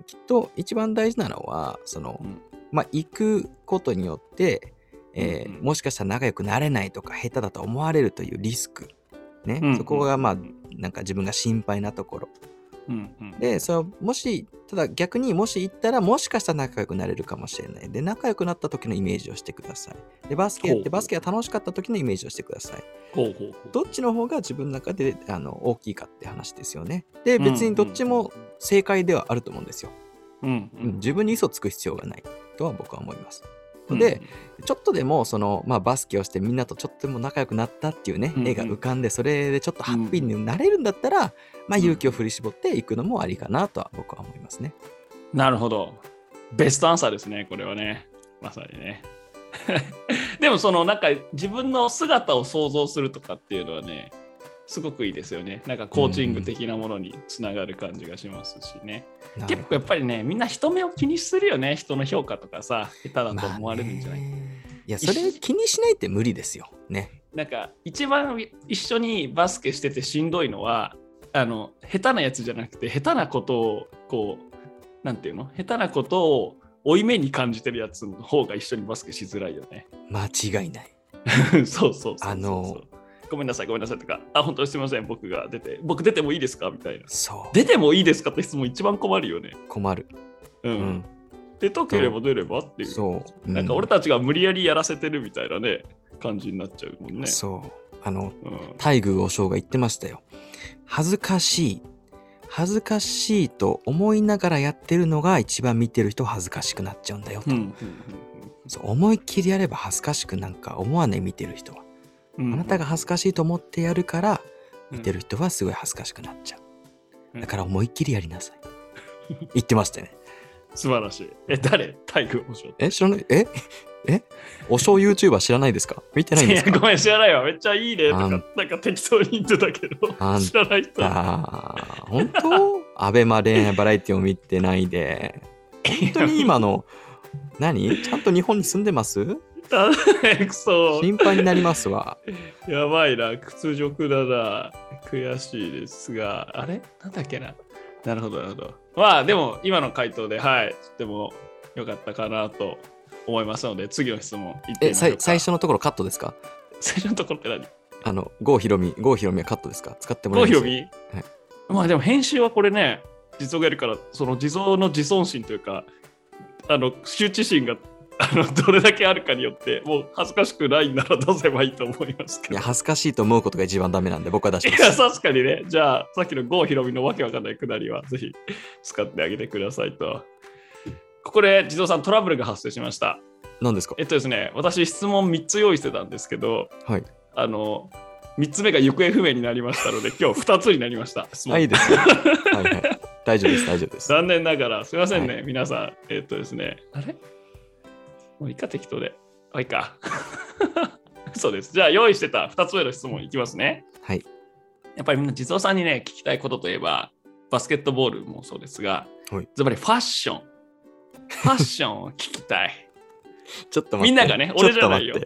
Speaker 2: きっと一番大事なのは、その
Speaker 1: うん、
Speaker 2: まあ、行くことによって、えー
Speaker 1: うんうん
Speaker 2: もしかしたら仲良くなれないとか下手だと思われるというリスク。ね
Speaker 1: うんうん、
Speaker 2: そこがまあ
Speaker 1: うん
Speaker 2: なんか自分が心配なところ
Speaker 1: うんうん
Speaker 2: でそのもしただ逆にもし行ったらもしかしたら仲良くなれるかもしれないで仲良くなった時のイメージをしてくださいでバスケやっ
Speaker 1: ほうほ
Speaker 2: て
Speaker 1: う
Speaker 2: バスケが楽しかった時のイメージをしてください
Speaker 1: ほうほうほう
Speaker 2: どっちの方が自分の中であの大きいかって話ですよねで
Speaker 1: うん
Speaker 2: 別にどっちも正解ではあると思うんですよ、
Speaker 1: うんう
Speaker 2: うん
Speaker 1: ん
Speaker 2: 自分に嘘つく必要がないとは僕は思いますことで、ちょっとでもその、まあ、バスケをしてみんなとちょっとでも仲良くなったっていうね、
Speaker 1: うんうん
Speaker 2: 絵が浮かんでそれでちょっとハッピーになれるんだったら、まあ、勇気を振り絞っていくのもありかなとは僕は思いますね。
Speaker 1: なるほど。ベストアンサーですね、これはね。まさにね。 でもそのなんか自分の姿を想像するとかっていうのはね、すごくいいですよね。なんかコーチング的なものにつながる感じがしますしね。
Speaker 2: なる
Speaker 1: 結
Speaker 2: ほ
Speaker 1: 構やっぱりね、みんな人目を気にするよね。人の評価とかさ、下手だ
Speaker 2: ど
Speaker 1: と思われるんじゃない、
Speaker 2: まあねいやそれ気にしないって無理ですよ。ね。
Speaker 1: なんか一番一緒にバスケしててしんどいのはあの下手なやつじゃなくて下手なことをこうなんていうの下手なことを負い目に感じてるやつの方が一緒にバスケしづらいよね。
Speaker 2: 間違いない。
Speaker 1: そうそうそうそう
Speaker 2: あの
Speaker 1: ごめんなさいごめんなさいとかあ本当にすみません僕が出て僕出てもいいですかみたいな
Speaker 2: そう。
Speaker 1: 出てもいいですかって質問一番困るよね。
Speaker 2: 困る。
Speaker 1: う、
Speaker 2: うんん。
Speaker 1: 出たければ出ればっていう
Speaker 2: そう。
Speaker 1: なんか俺
Speaker 2: た
Speaker 1: たちが無理やりやらせてるみたいなね感じになっちゃうもんね。
Speaker 2: そう。あの、
Speaker 1: うん
Speaker 2: 大宮和尚が言ってましたよ。恥ずかしい。恥ずかしいと思いながらやってるのが一番見てる人恥ずかしくなっちゃうんだよと。
Speaker 1: うんうんうん
Speaker 2: そう思いっきりやれば恥ずかしくなんか思わない見てる人は。
Speaker 1: うんうん
Speaker 2: あなたが恥ずかしいと思ってやるから見て
Speaker 1: る
Speaker 2: る人はすごい恥ずかしくなっちゃ
Speaker 1: う
Speaker 2: う。
Speaker 1: ん
Speaker 2: だから思いっきりやりなさい。言ってましたよね。
Speaker 1: 素晴らしい。え、誰体育面白い。
Speaker 2: え知らないええ和尚 YouTuber 知らないですか見てないんです
Speaker 1: いや
Speaker 2: か
Speaker 1: ごめん、知らないわ。めっちゃいいねと
Speaker 2: あ
Speaker 1: か
Speaker 2: ん、
Speaker 1: なんか適当に言ってたけど
Speaker 2: あ、ん
Speaker 1: 知らない人。
Speaker 2: あー本当アベマ恋愛バラエティを見てないで。本当に今の、何ちゃんと日本に住んでます
Speaker 1: あくそ、
Speaker 2: 心配になりますわ。
Speaker 1: やばいな、屈辱だな、悔しいですが、あれなんだっけな。なるほど、なるほど。まあ、でも、今の回答で、はい、とても良かったかなと思いますので、次の質問いってみ
Speaker 2: え、
Speaker 1: まし
Speaker 2: さ
Speaker 1: ょう
Speaker 2: い
Speaker 1: か
Speaker 2: 最初のところカットですか
Speaker 1: 最初のところって何
Speaker 2: あの、郷ひろみ、郷ひろみはカットですか使っても
Speaker 1: 郷
Speaker 2: らえ
Speaker 1: ひ
Speaker 2: ま
Speaker 1: ろ
Speaker 2: す
Speaker 1: み、
Speaker 2: はい
Speaker 1: まあでも編集はこれね地蔵がいるからその地蔵の自尊心というかあの羞恥心が あのどれだけあるかによってもう恥ずかしくないなら出せばいいと思いますけ
Speaker 2: い
Speaker 1: ど
Speaker 2: や、
Speaker 1: い
Speaker 2: 恥ずかしいと思うことが一番ダメなんで僕は出しま
Speaker 1: や
Speaker 2: す。
Speaker 1: 確かにねじゃあさっきの郷ひろみのわけわかんないくだりはぜひ使ってあげてくださいとここで地蔵さんトラブルが発生しました
Speaker 2: 何ですか
Speaker 1: えっとですね私質問3つ用意してたんですけど
Speaker 2: はい。
Speaker 1: あの3つ目が行方不明になりましたので今日2つになりました質問
Speaker 2: あ、いいです ね。はいはい。大丈夫です、大丈夫です。
Speaker 1: 残念ながら、すみませんね、皆さん。えっ、とですね、あれもういいか、適当で。あ、いいか。 そうです。じゃあ、用意してた2つ目の質問いきますね。
Speaker 2: はい。
Speaker 1: やっぱりみんな、地蔵さんにね、聞きたいことといえば、バスケットボールもそうですが
Speaker 2: はい、
Speaker 1: ズバリファッション。ファッションを聞きたい。
Speaker 2: ちょっと待って。
Speaker 1: みんながね俺じゃないよ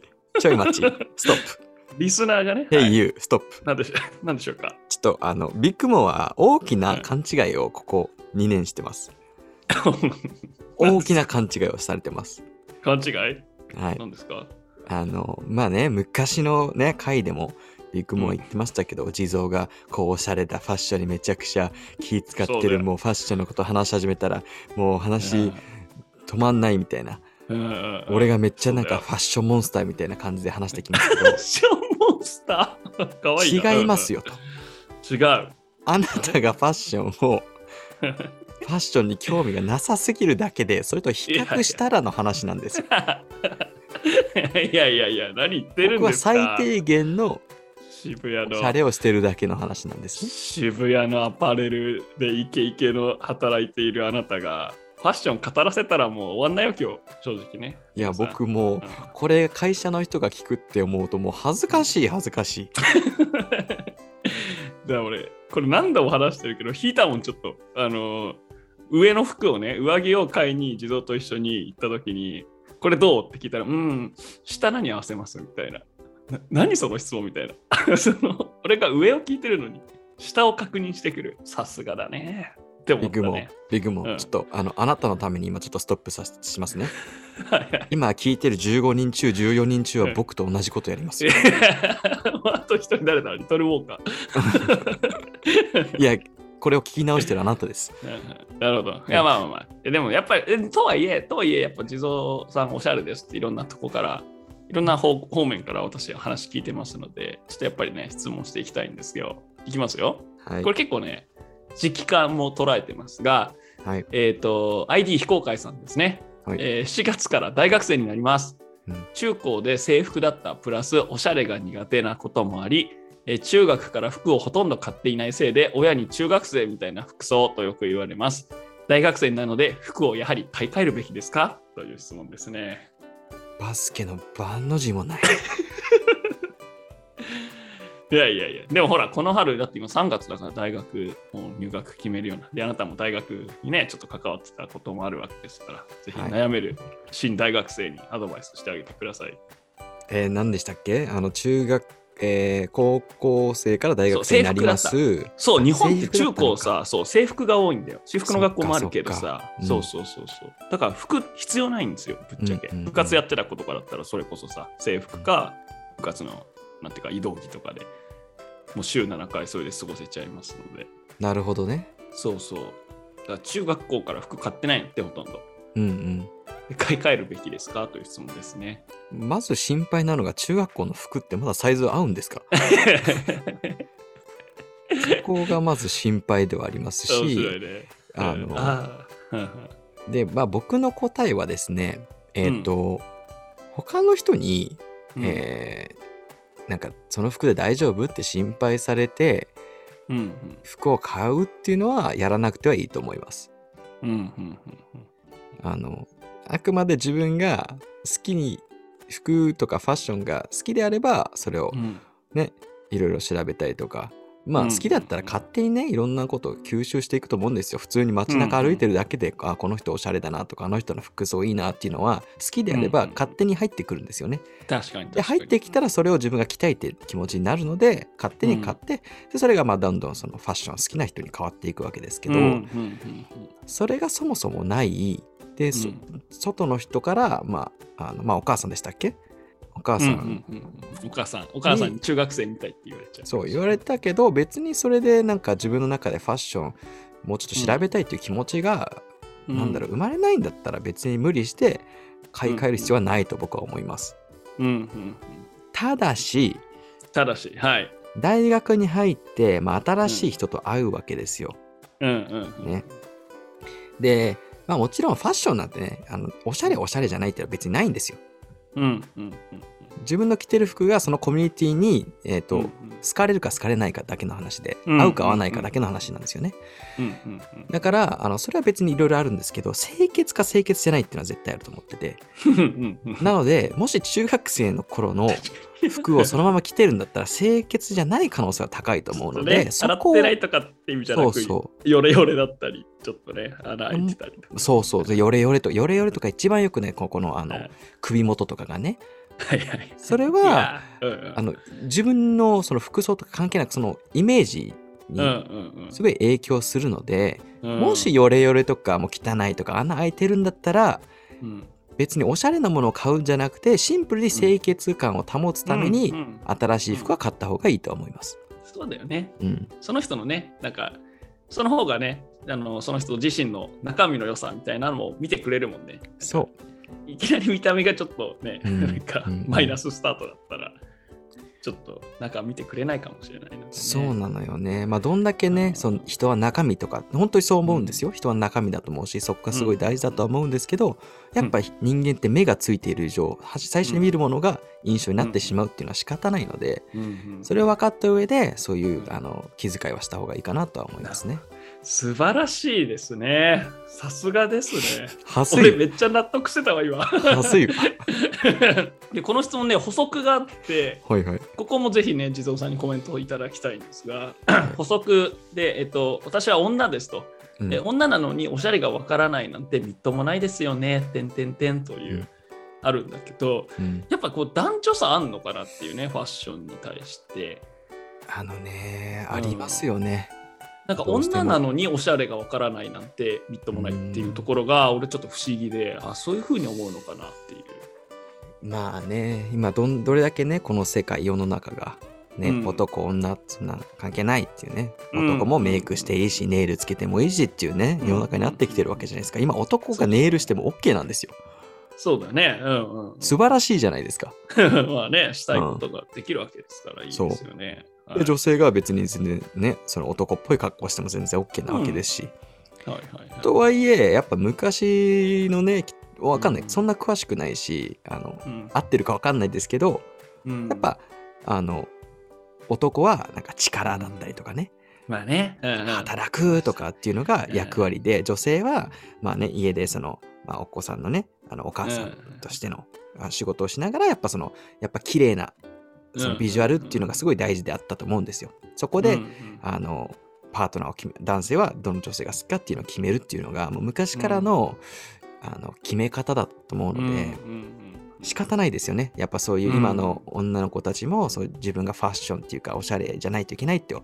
Speaker 2: ちょっと待って。ちょい待ち。ストッ
Speaker 1: リスナー がね、
Speaker 2: プ。
Speaker 1: は
Speaker 2: Hey
Speaker 1: い
Speaker 2: you, ストップ。
Speaker 1: なんでしょうなんでしょうか。
Speaker 2: ちょっとあのビッグモは大きな勘違いをここ2年してます。大きな勘違いをされてます。
Speaker 1: 勘違い
Speaker 2: はい。
Speaker 1: なんですか
Speaker 2: あのまあね昔のね回でもビッグモは言ってましたけど、お地蔵がこうおしゃれたファッションにめちゃくちゃ気使っ
Speaker 1: そう
Speaker 2: て
Speaker 1: だ
Speaker 2: る
Speaker 1: よ
Speaker 2: もうファッションのこと話し始めたらもう話止まんないみたいな、俺
Speaker 1: が。
Speaker 2: がめっちゃなん
Speaker 1: そ
Speaker 2: か
Speaker 1: うだよ
Speaker 2: ファッションモンスターみたいな感じで話してきますけ
Speaker 1: ファッションモンスター かわいいな。
Speaker 2: ど違いますよと
Speaker 1: うん。違う。
Speaker 2: あなたがファッション をファッションに興味がなさすぎるだけでそれと比較したらの話なんですよ
Speaker 1: いやいやいや、何言ってるん
Speaker 2: 僕は
Speaker 1: ですか
Speaker 2: 最低限の
Speaker 1: 渋谷
Speaker 2: おしゃ
Speaker 1: の
Speaker 2: れをしてるだけの話なんですね
Speaker 1: 渋谷のアパレルでイケイケの働いているあなたがファッション語らせたらもう終わんないよ今日正直ね。
Speaker 2: いや
Speaker 1: さ
Speaker 2: 僕もう
Speaker 1: うん
Speaker 2: これ会社の人が聞くって思うともう恥ずかしい恥ずかしい
Speaker 1: だから俺これ何度も話してるけどヒーターもんちょっとあの上の服をね上着を買いに地蔵と一緒に行った時にこれどうって聞いたらうん下何合わせますみたいなな何その質問みたいな その俺が上を聞いてるのに下を確認してくるさすがだねって思
Speaker 2: ビ
Speaker 1: っ
Speaker 2: グ
Speaker 1: た
Speaker 2: モ
Speaker 1: ね
Speaker 2: ビグモ、
Speaker 1: うん
Speaker 2: ちょっとあのあなたのために今ちょっとストップさせしますね
Speaker 1: はいはい
Speaker 2: 今聞いてる15人中14人中
Speaker 1: う
Speaker 2: は
Speaker 1: ん
Speaker 2: 僕と同じことやります
Speaker 1: い
Speaker 2: よ
Speaker 1: やあと一人誰だリトルウォーカ
Speaker 2: いやこれを聞き直してるあなたです
Speaker 1: ー。なるほど。いや、まあまあまあ。えでもやっぱり、えとはいえ、とはいえ、やっぱ地蔵さんおしゃれですっていろんなとこから、いろんな方方面から私は話聞いてますので、ちょっとやっぱりね、質問していきたいんですよ。いきますよ。
Speaker 2: はい
Speaker 1: これ結構ね、時期感も捉えてますが、
Speaker 2: はい
Speaker 1: えっ、と、ID 非公開さんですね。
Speaker 2: はい
Speaker 1: えー4月から大学生になります、
Speaker 2: うん
Speaker 1: 中高で制服だったプラスおしゃれが苦手なこともあり、えー中学から服をほとんど買っていないせいで親に中学生みたいな服装とよく言われます大学生なので服をやはり買い替えるべきですかという質問ですね
Speaker 2: バスケの番の字もない。
Speaker 1: いやいやいや、でもほら、この春、だって今3月だから大学もう入学決めるような。で、あなたも大学にね、ちょっと関わってたこともあるわけですから、ぜひ
Speaker 2: はい
Speaker 1: 悩める新大学生にアドバイスしてあげてください。
Speaker 2: えー、何でしたっけあの、中学、えー高校生から大学
Speaker 1: そう
Speaker 2: 生になります。
Speaker 1: そう、日本って
Speaker 2: 制服だ
Speaker 1: 中
Speaker 2: ったのか
Speaker 1: 高さ、そう、制服が多いんだよ。私服の学校もあるけど
Speaker 2: そっ
Speaker 1: さ、
Speaker 2: そ
Speaker 1: そ
Speaker 2: っ
Speaker 1: う
Speaker 2: か
Speaker 1: そうそうそう。だから服必要ないんですよ、ぶっちゃけ。
Speaker 2: うんうんうん
Speaker 1: 部活やってた子とかだったら、それこそさ、制服か、部活の、なんていうか、移動着とかで、もう週7回それで過ごせちゃいますので。
Speaker 2: なるほどね。
Speaker 1: そうそう。だから中学校から服買ってないのってほとんど。
Speaker 2: うん
Speaker 1: で買い替えるべきですかという質問です ね。
Speaker 2: うん。まず心配なのが、中学校の服ってまだサイズ合う んですかそこがまず心配ではあります
Speaker 1: 面白い
Speaker 2: し、
Speaker 1: ね。
Speaker 2: あ
Speaker 1: うん
Speaker 2: の、
Speaker 1: あー
Speaker 2: で、まあ僕の答えはですね、えっ、と、他の人に、
Speaker 1: うん
Speaker 2: えーなんかその服で大丈夫って心配されて
Speaker 1: うん
Speaker 2: 服を買うっていうのはやらなくてはいいと思います。
Speaker 1: うんうんうん
Speaker 2: あのあくまで自分が好きに服とかファッションが好きであればそれを
Speaker 1: うんうん
Speaker 2: ね、いろいろ調べたりとかまあ
Speaker 1: うん
Speaker 2: 好きだったら勝手にねいろんなことを吸収していくと思うんですよ普通に街中歩いてるだけで、あこの人おしゃれだなとかあの人の服装いいなっていうのは好きであれ
Speaker 1: う
Speaker 2: ば
Speaker 1: ん
Speaker 2: 勝手に入ってくるんですよね。
Speaker 1: 確かに確かに。
Speaker 2: で入ってきたらそれを自分が着たいって気持ちになるので勝手に買って、でそれがまあどんどんそのファッション好きな人に変わっていくわけですけど、
Speaker 1: うんうんうん
Speaker 2: それがそもそもないで、そ
Speaker 1: うん
Speaker 2: 外の人から、まあ、あのまあお母さんでしたっけお母
Speaker 1: うんう
Speaker 2: さん、
Speaker 1: んうんうんお母さん、お母さんに中学生みたいって言われちゃう。
Speaker 2: そう言われたけど別にそれでなんか自分の中でファッションもうちょっと調べたいっていう気持ちが、
Speaker 1: う
Speaker 2: なんだろう生まれないんだったら別に無理して買い替える必要はないと僕は思います。
Speaker 1: うんうんうん。
Speaker 2: ただし、
Speaker 1: ただし、はい。
Speaker 2: 大学に入って、まあ、新しい人と会うわけですよ。
Speaker 1: うんうんうん。
Speaker 2: ねで、まあ、もちろんファッションなんてねあのおしゃれおしゃれじゃないってのは別にないんですよ。
Speaker 1: うんうんうん。
Speaker 2: 自分の着てる服がそのコミュニティに、えーと
Speaker 1: うん
Speaker 2: 好かれるか好かれないかだけの話で、
Speaker 1: うん
Speaker 2: 合うか合わないかだけの話なんですよね。
Speaker 1: うんうんうん
Speaker 2: だからあのそれは別にいろいろあるんですけど清潔か清潔じゃないっていうのは絶対あると思ってて
Speaker 1: うんうん うん。
Speaker 2: なのでもし中学生の頃の服をそのまま着てるんだったら清潔じゃない可能性は高いと思うの
Speaker 1: ちょ
Speaker 2: で
Speaker 1: っとね洗
Speaker 2: こ
Speaker 1: っ
Speaker 2: を
Speaker 1: てないとかって意味じゃな
Speaker 2: そう
Speaker 1: く
Speaker 2: そう
Speaker 1: ヨレヨレだったり、ちょっとね、穴開いてたりとか。
Speaker 2: そうそうでヨレヨレとヨレヨレとか一番よくねここのあの
Speaker 1: はい
Speaker 2: 首元とかがね
Speaker 1: はいはい。
Speaker 2: それ
Speaker 1: い
Speaker 2: は
Speaker 1: やうんうん
Speaker 2: あの自分のその服装とか関係なくそのイメージ
Speaker 1: うん
Speaker 2: に
Speaker 1: うん
Speaker 2: すごい影響するので
Speaker 1: うん
Speaker 2: もし、ヨレヨレとかもう汚いとか穴開いてるんだったら
Speaker 1: うん
Speaker 2: 別におしゃれなものを買うんじゃなくてシンプルに清潔感を保つため
Speaker 1: うんう
Speaker 2: に
Speaker 1: ん
Speaker 2: 新しい服は買った方がいいと思います。
Speaker 1: そうだよね。
Speaker 2: うん、
Speaker 1: その人のね、なんか、その方がね、あのその人自身の中身の良さみたいなのを見てくれるもんね。
Speaker 2: そう
Speaker 1: いきなり見た目がちょっとね、
Speaker 2: うん
Speaker 1: なんか
Speaker 2: うん
Speaker 1: マイナススタートだったら、ちょっと中見てくれないかもしれないのでね、
Speaker 2: そうなのよね。まあ、どんだけ
Speaker 1: う
Speaker 2: ね
Speaker 1: ん、
Speaker 2: その人は中身とか、本当にそう思うんですよ。人は中身だと思うし、そこがすごい大事だとは思うんですけど、やっぱり人間って目がついている以上、は最初に見るものが印象になってしまうっていうのは仕方ないので、
Speaker 1: うんうん
Speaker 2: それを分かった上で、そうい
Speaker 1: う
Speaker 2: う
Speaker 1: ん
Speaker 2: あの気遣いはした方がいいかなとは思いますね。
Speaker 1: 素晴らしいですね。さすがですね。
Speaker 2: はす
Speaker 1: 俺
Speaker 2: い、
Speaker 1: めっちゃ納得してたわ、今。
Speaker 2: はすい。
Speaker 1: で、この質問ね、補足があって、
Speaker 2: はいはい。
Speaker 1: ここもぜひね、地蔵さんにコメントをいただきたいんです が、補足で、えっと、私は女ですと、
Speaker 2: うん
Speaker 1: で女なのにおしゃれがわからないなんてみっともないですよね、てんてんてんという、
Speaker 2: うん
Speaker 1: あるんだけど、
Speaker 2: うん
Speaker 1: やっぱこう男女差あんのかなっていうね、ファッションに対して。
Speaker 2: あのね、
Speaker 1: うん
Speaker 2: ありますよね。
Speaker 1: なんか
Speaker 2: どうしても
Speaker 1: 女なのにおしゃれがわからないなんてみっともないっていうところが俺ちょっと不思議であそういうふうに思うのかなっていう。
Speaker 2: まあね今どんどれだけねこの世界世の中が、ね
Speaker 1: うん
Speaker 2: 男女そんな関係ないっていうね
Speaker 1: うん
Speaker 2: 男もメイクしていいし、ネイルつけてもいいしっていうね
Speaker 1: うん
Speaker 2: 世の中になってきてるわけじゃないですか今男がネイルしても OK なんですよ
Speaker 1: そうだね。うんうん、
Speaker 2: 素晴らしいじゃないですか、
Speaker 1: まあね、したいことができるわけですからいいですよね。はい
Speaker 2: で女性が別に全然ねその男っぽい格好しても全然 OK なわけですし、
Speaker 1: はいはいはい
Speaker 2: とはいえやっぱ昔のねわかんないそんな詳しくないしあの
Speaker 1: うん
Speaker 2: 合ってるかわかんないですけど
Speaker 1: うん
Speaker 2: やっぱあの男はなんか力だったりとかね
Speaker 1: まあね。うんうん
Speaker 2: 働くとかっていうのが役割で女性はまあね家でその、まあ、お子さんのねあのお母さんとしてのあ仕事をしながらやっぱそのやっぱ綺麗なそのビジュアルっていうのがすごい大事であったと思うんですよ。そこで、
Speaker 1: うんうん
Speaker 2: あのパートナーを決め男性はどの女性が好きかっていうのを決めるっていうのがもう昔からの,、あの決め方だと思うの
Speaker 1: う
Speaker 2: で、
Speaker 1: んうんうん
Speaker 2: 仕方ないですよねやっぱそういう
Speaker 1: うん
Speaker 2: 今の女の子たちも、そう自分がファッションっていうかおしゃれじゃないといけないって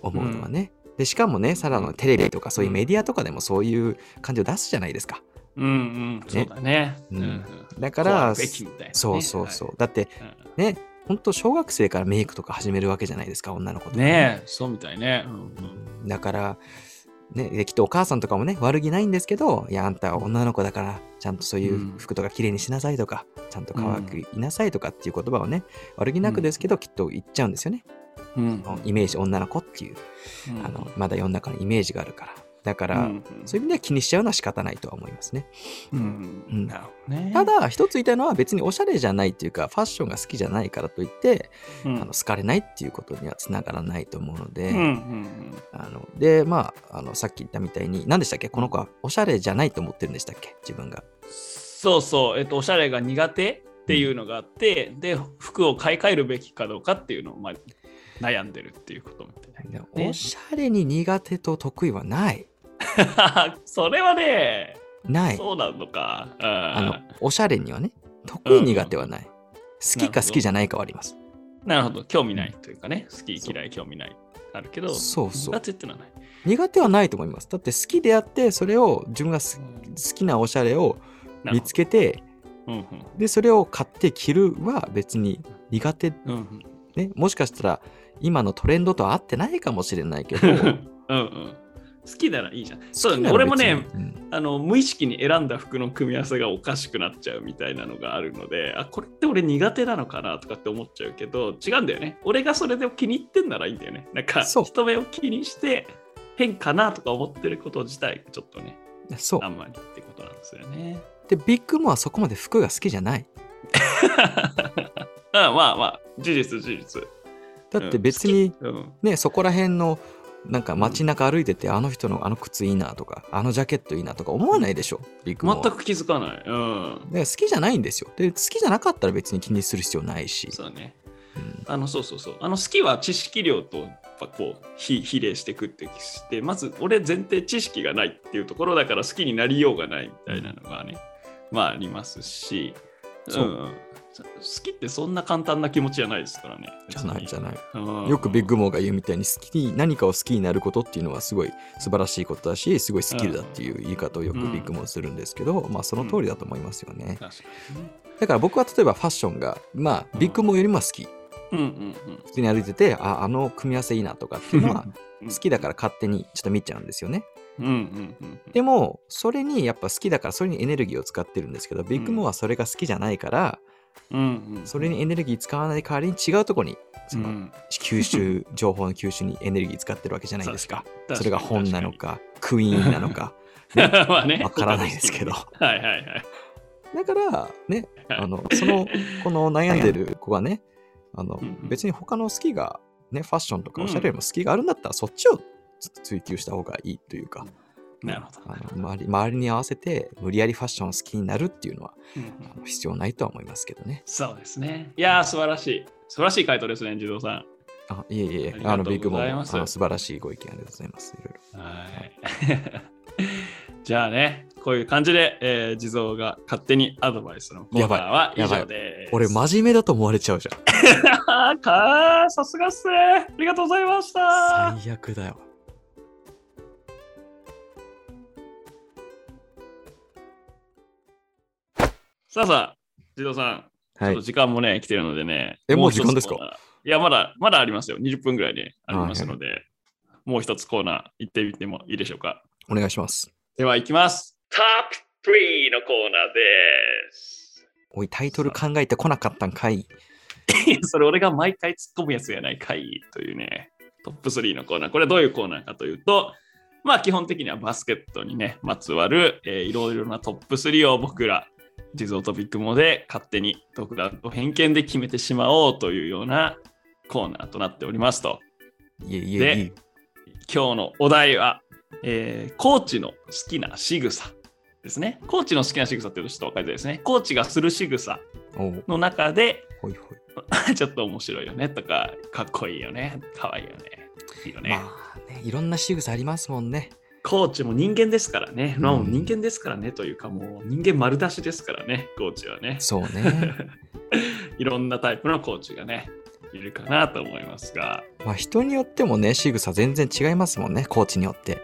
Speaker 2: 思うのはね、でしかもねさらのテレビとかそういうメディアとかでもそういう感じを出すじゃないですか
Speaker 1: うんうん、そうだね。
Speaker 2: う
Speaker 1: うんんうん
Speaker 2: だから
Speaker 1: こうあるべきみたいなね
Speaker 2: そうそうそう、だって
Speaker 1: はい
Speaker 2: ねほんと小学生からメイクとか始めるわけじゃないですか女の子と
Speaker 1: うん
Speaker 2: か
Speaker 1: ねえ、そうみたいね。うんうん
Speaker 2: だから、ね、できっとお母さんとかもね、悪気ないんですけど、いや、あんたは女の子だから、ちゃんとそういう服とか綺麗にしなさいとか、ちゃんと可愛くいなさいとかっていう言葉をね、悪気なくですけど、きっと言っちゃうんですよね。
Speaker 1: うん
Speaker 2: イメージ、女の子っていう、あの、まだ世の中のイメージがあるから。だか
Speaker 1: う
Speaker 2: ら、
Speaker 1: ん
Speaker 2: そういう意味では気にしちゃうのは仕方ないとは思いますね。
Speaker 1: うん
Speaker 2: うん
Speaker 1: なるほどね。
Speaker 2: ただ、一つ言いたいのは別におしゃれじゃないっていうか、ファッションが好きじゃないからといって、
Speaker 1: うん、
Speaker 2: あの好かれないっていうことにはつながらないと思うので、
Speaker 1: うんうん
Speaker 2: あのでまああのさっき言ったみたいに何でしたっけこの子はおしゃれじゃないと思ってるんでしたっけ自分が
Speaker 1: うんそうそう、えっと、おしゃれが苦手っていうのがあって、で、服を買い替えるべきかどうかっていうのを、まあ、悩んでるっていうことみたいな。ね
Speaker 2: おしゃれに苦手と得意はない
Speaker 1: それはね、
Speaker 2: ない
Speaker 1: そうなのか。うん
Speaker 2: あのおしゃれにはね得意苦手はない、好きか好きじゃないかはあります
Speaker 1: なるほど、興味ないというかね、好き嫌い興味ない。あるけど、
Speaker 2: そうそう
Speaker 1: 苦手ってのはない。
Speaker 2: 苦手はないと思いますだって好きであってそれを自分がす好きなおしゃれを見つけて
Speaker 1: なるほど
Speaker 2: でそれを買って着るは別に苦手
Speaker 1: うんうん
Speaker 2: ねもしかしたら今のトレンドとは合ってないかもしれないけど
Speaker 1: うんうん好きならいいじゃん。 そうだ
Speaker 2: 好きな
Speaker 1: ね。
Speaker 2: ら
Speaker 1: 俺も
Speaker 2: 別
Speaker 1: ね、
Speaker 2: にうん
Speaker 1: あの無意識に選んだ服の組み合わせがおかしくなっちゃうみたいなのがあるので、あ、これって俺苦手なのかなとかって思っちゃうけど、違うんだよね。俺がそれで気に入ってんならいいんだよね。なんか、
Speaker 2: そう
Speaker 1: 人目を気にして変かなとか思ってること自体、ちょっとね、
Speaker 2: そう
Speaker 1: あんまりってことなんですよね。
Speaker 2: でビッグモアはそこまで服が好きじゃない
Speaker 1: うん、まあまあ、事実、事実。
Speaker 2: だって別に
Speaker 1: うん。好き
Speaker 2: ね、そこら辺のなんか街中歩いてて、あの人のあの靴いいなとかあのジャケットいいなとか思わないでしょビッ
Speaker 1: う
Speaker 2: グモア
Speaker 1: ん、
Speaker 2: は
Speaker 1: 全く気づかない。うん。
Speaker 2: だから好きじゃないんですよで好きじゃなかったら別に気にする必要ないし
Speaker 1: そうね。
Speaker 2: うん
Speaker 1: あのそうそうそうあの好きは知識量とやっぱこう比比例してくってしてまず俺前提知識がないっていうところだから好きになりようがないみたいなのがね、まあありますし、、
Speaker 2: そうん
Speaker 1: 好きってそんな簡単な気持ちじゃないですからね
Speaker 2: じゃないじゃない
Speaker 1: うん
Speaker 2: よくビッグモアが言うみたいに好きに何かを好きになることっていうのはすごい素晴らしいことだしすごいスキルだっていう言い方をよくビッグモアするんですけど、まあその通りだと思いますよね
Speaker 1: 確かにね
Speaker 2: だから僕は例えばファッションがまあビッグモアよりも好き
Speaker 1: うんうんうん
Speaker 2: 普通に歩いててああの組み合わせいいなとかっていうのは
Speaker 1: うん
Speaker 2: 好きだから勝手にちょっと見ちゃうんですよね
Speaker 1: うんうんうんうん
Speaker 2: でもそれにやっぱ好きだからそれにエネルギーを使ってるんですけどビッグモアはそれが好きじゃないから
Speaker 1: うんうん
Speaker 2: それにエネルギー使わない代わりに違うとこにそうの
Speaker 1: ん
Speaker 2: 吸収情報の吸収にエネルギー使ってるわけじゃないですか
Speaker 1: 確かに
Speaker 2: それが本なのかクイーンなのか
Speaker 1: 確かに まあね
Speaker 2: わからないですけど
Speaker 1: 他の好きねはいはいはい
Speaker 2: だからねあのそのこの悩んでる子がねあの
Speaker 1: うんうん
Speaker 2: 別に他の好きがねファッションとか
Speaker 1: うん
Speaker 2: おしゃれよりも好きがあるんだったらそっちをつ追求した方がいいというか
Speaker 1: なるほど
Speaker 2: あの周り周りに合わせて無理やりファッションを好きになるっていうのは
Speaker 1: うんうん
Speaker 2: あの必要ないとは思いますけどね。
Speaker 1: そうですね。いやー、素晴らしい。素晴らしい回答ですね、児童さ
Speaker 2: あいえいえ
Speaker 1: あ、り
Speaker 2: あ
Speaker 1: が
Speaker 2: の
Speaker 1: とう
Speaker 2: ビッグモ
Speaker 1: ござい
Speaker 2: アも
Speaker 1: ます
Speaker 2: あの素晴らしいご意見ありがとうございます。いろい
Speaker 1: ん。はい。 じゃあね、こういう感じで、えー、地蔵が勝手にアドバイスのコーナーは以
Speaker 2: やばいや
Speaker 1: 上
Speaker 2: ば
Speaker 1: です。
Speaker 2: ろ俺真面目だと思われちゃうじゃ
Speaker 1: あーかーさすがっすね。ありがとうございました。
Speaker 2: ん。最悪だよ。
Speaker 1: さあさあ、児童さん、ちょ
Speaker 2: は
Speaker 1: っと
Speaker 2: い。
Speaker 1: 時間もね、来てるのでね。
Speaker 2: えもう
Speaker 1: 一つ
Speaker 2: 時間ですか
Speaker 1: コーナーいや、まだ、まだありますよ。20分ぐらいでありますので、もう一つコーナー行ってみてもいいでしょうか。
Speaker 2: お願いします。
Speaker 1: では行きます。トップ3のコーナーです。
Speaker 2: おい、タイトル考えてこなかったんかい。
Speaker 1: それ俺が毎回突っ込むやつやないかいというね、トップ3のコーナー。これはどういうコーナーかというと、まあ基本的にはバスケットにね、まつわる、えーいろいろなトップ3を僕ら地蔵とビッグモで勝手に独断と偏見で決めてしまおうというようなコーナーとなっておりますと。
Speaker 2: いえいえいえ。
Speaker 1: 今日のお題は、えー、コーチの好きな仕草ですね。コーチの好きな仕草っていうとちょっと分かりづらいですね。コーチがする仕草
Speaker 2: おう
Speaker 1: の中で、
Speaker 2: ほいほい。
Speaker 1: ちょっと面白いよねとか、かっこいいよね、かわいいよね、いいよね。
Speaker 2: まあね、いろんな仕草ありますもん ね。
Speaker 1: コーチも人間ですからね。まあ、
Speaker 2: うん
Speaker 1: 人間ですからねというか、もう人間丸出しですからね、コーチはね。
Speaker 2: そうね。
Speaker 1: いろんなタイプのコーチがね、いるかなと思いますが、
Speaker 2: まあ人によってもね、仕草全然違いますもんね、コーチによって。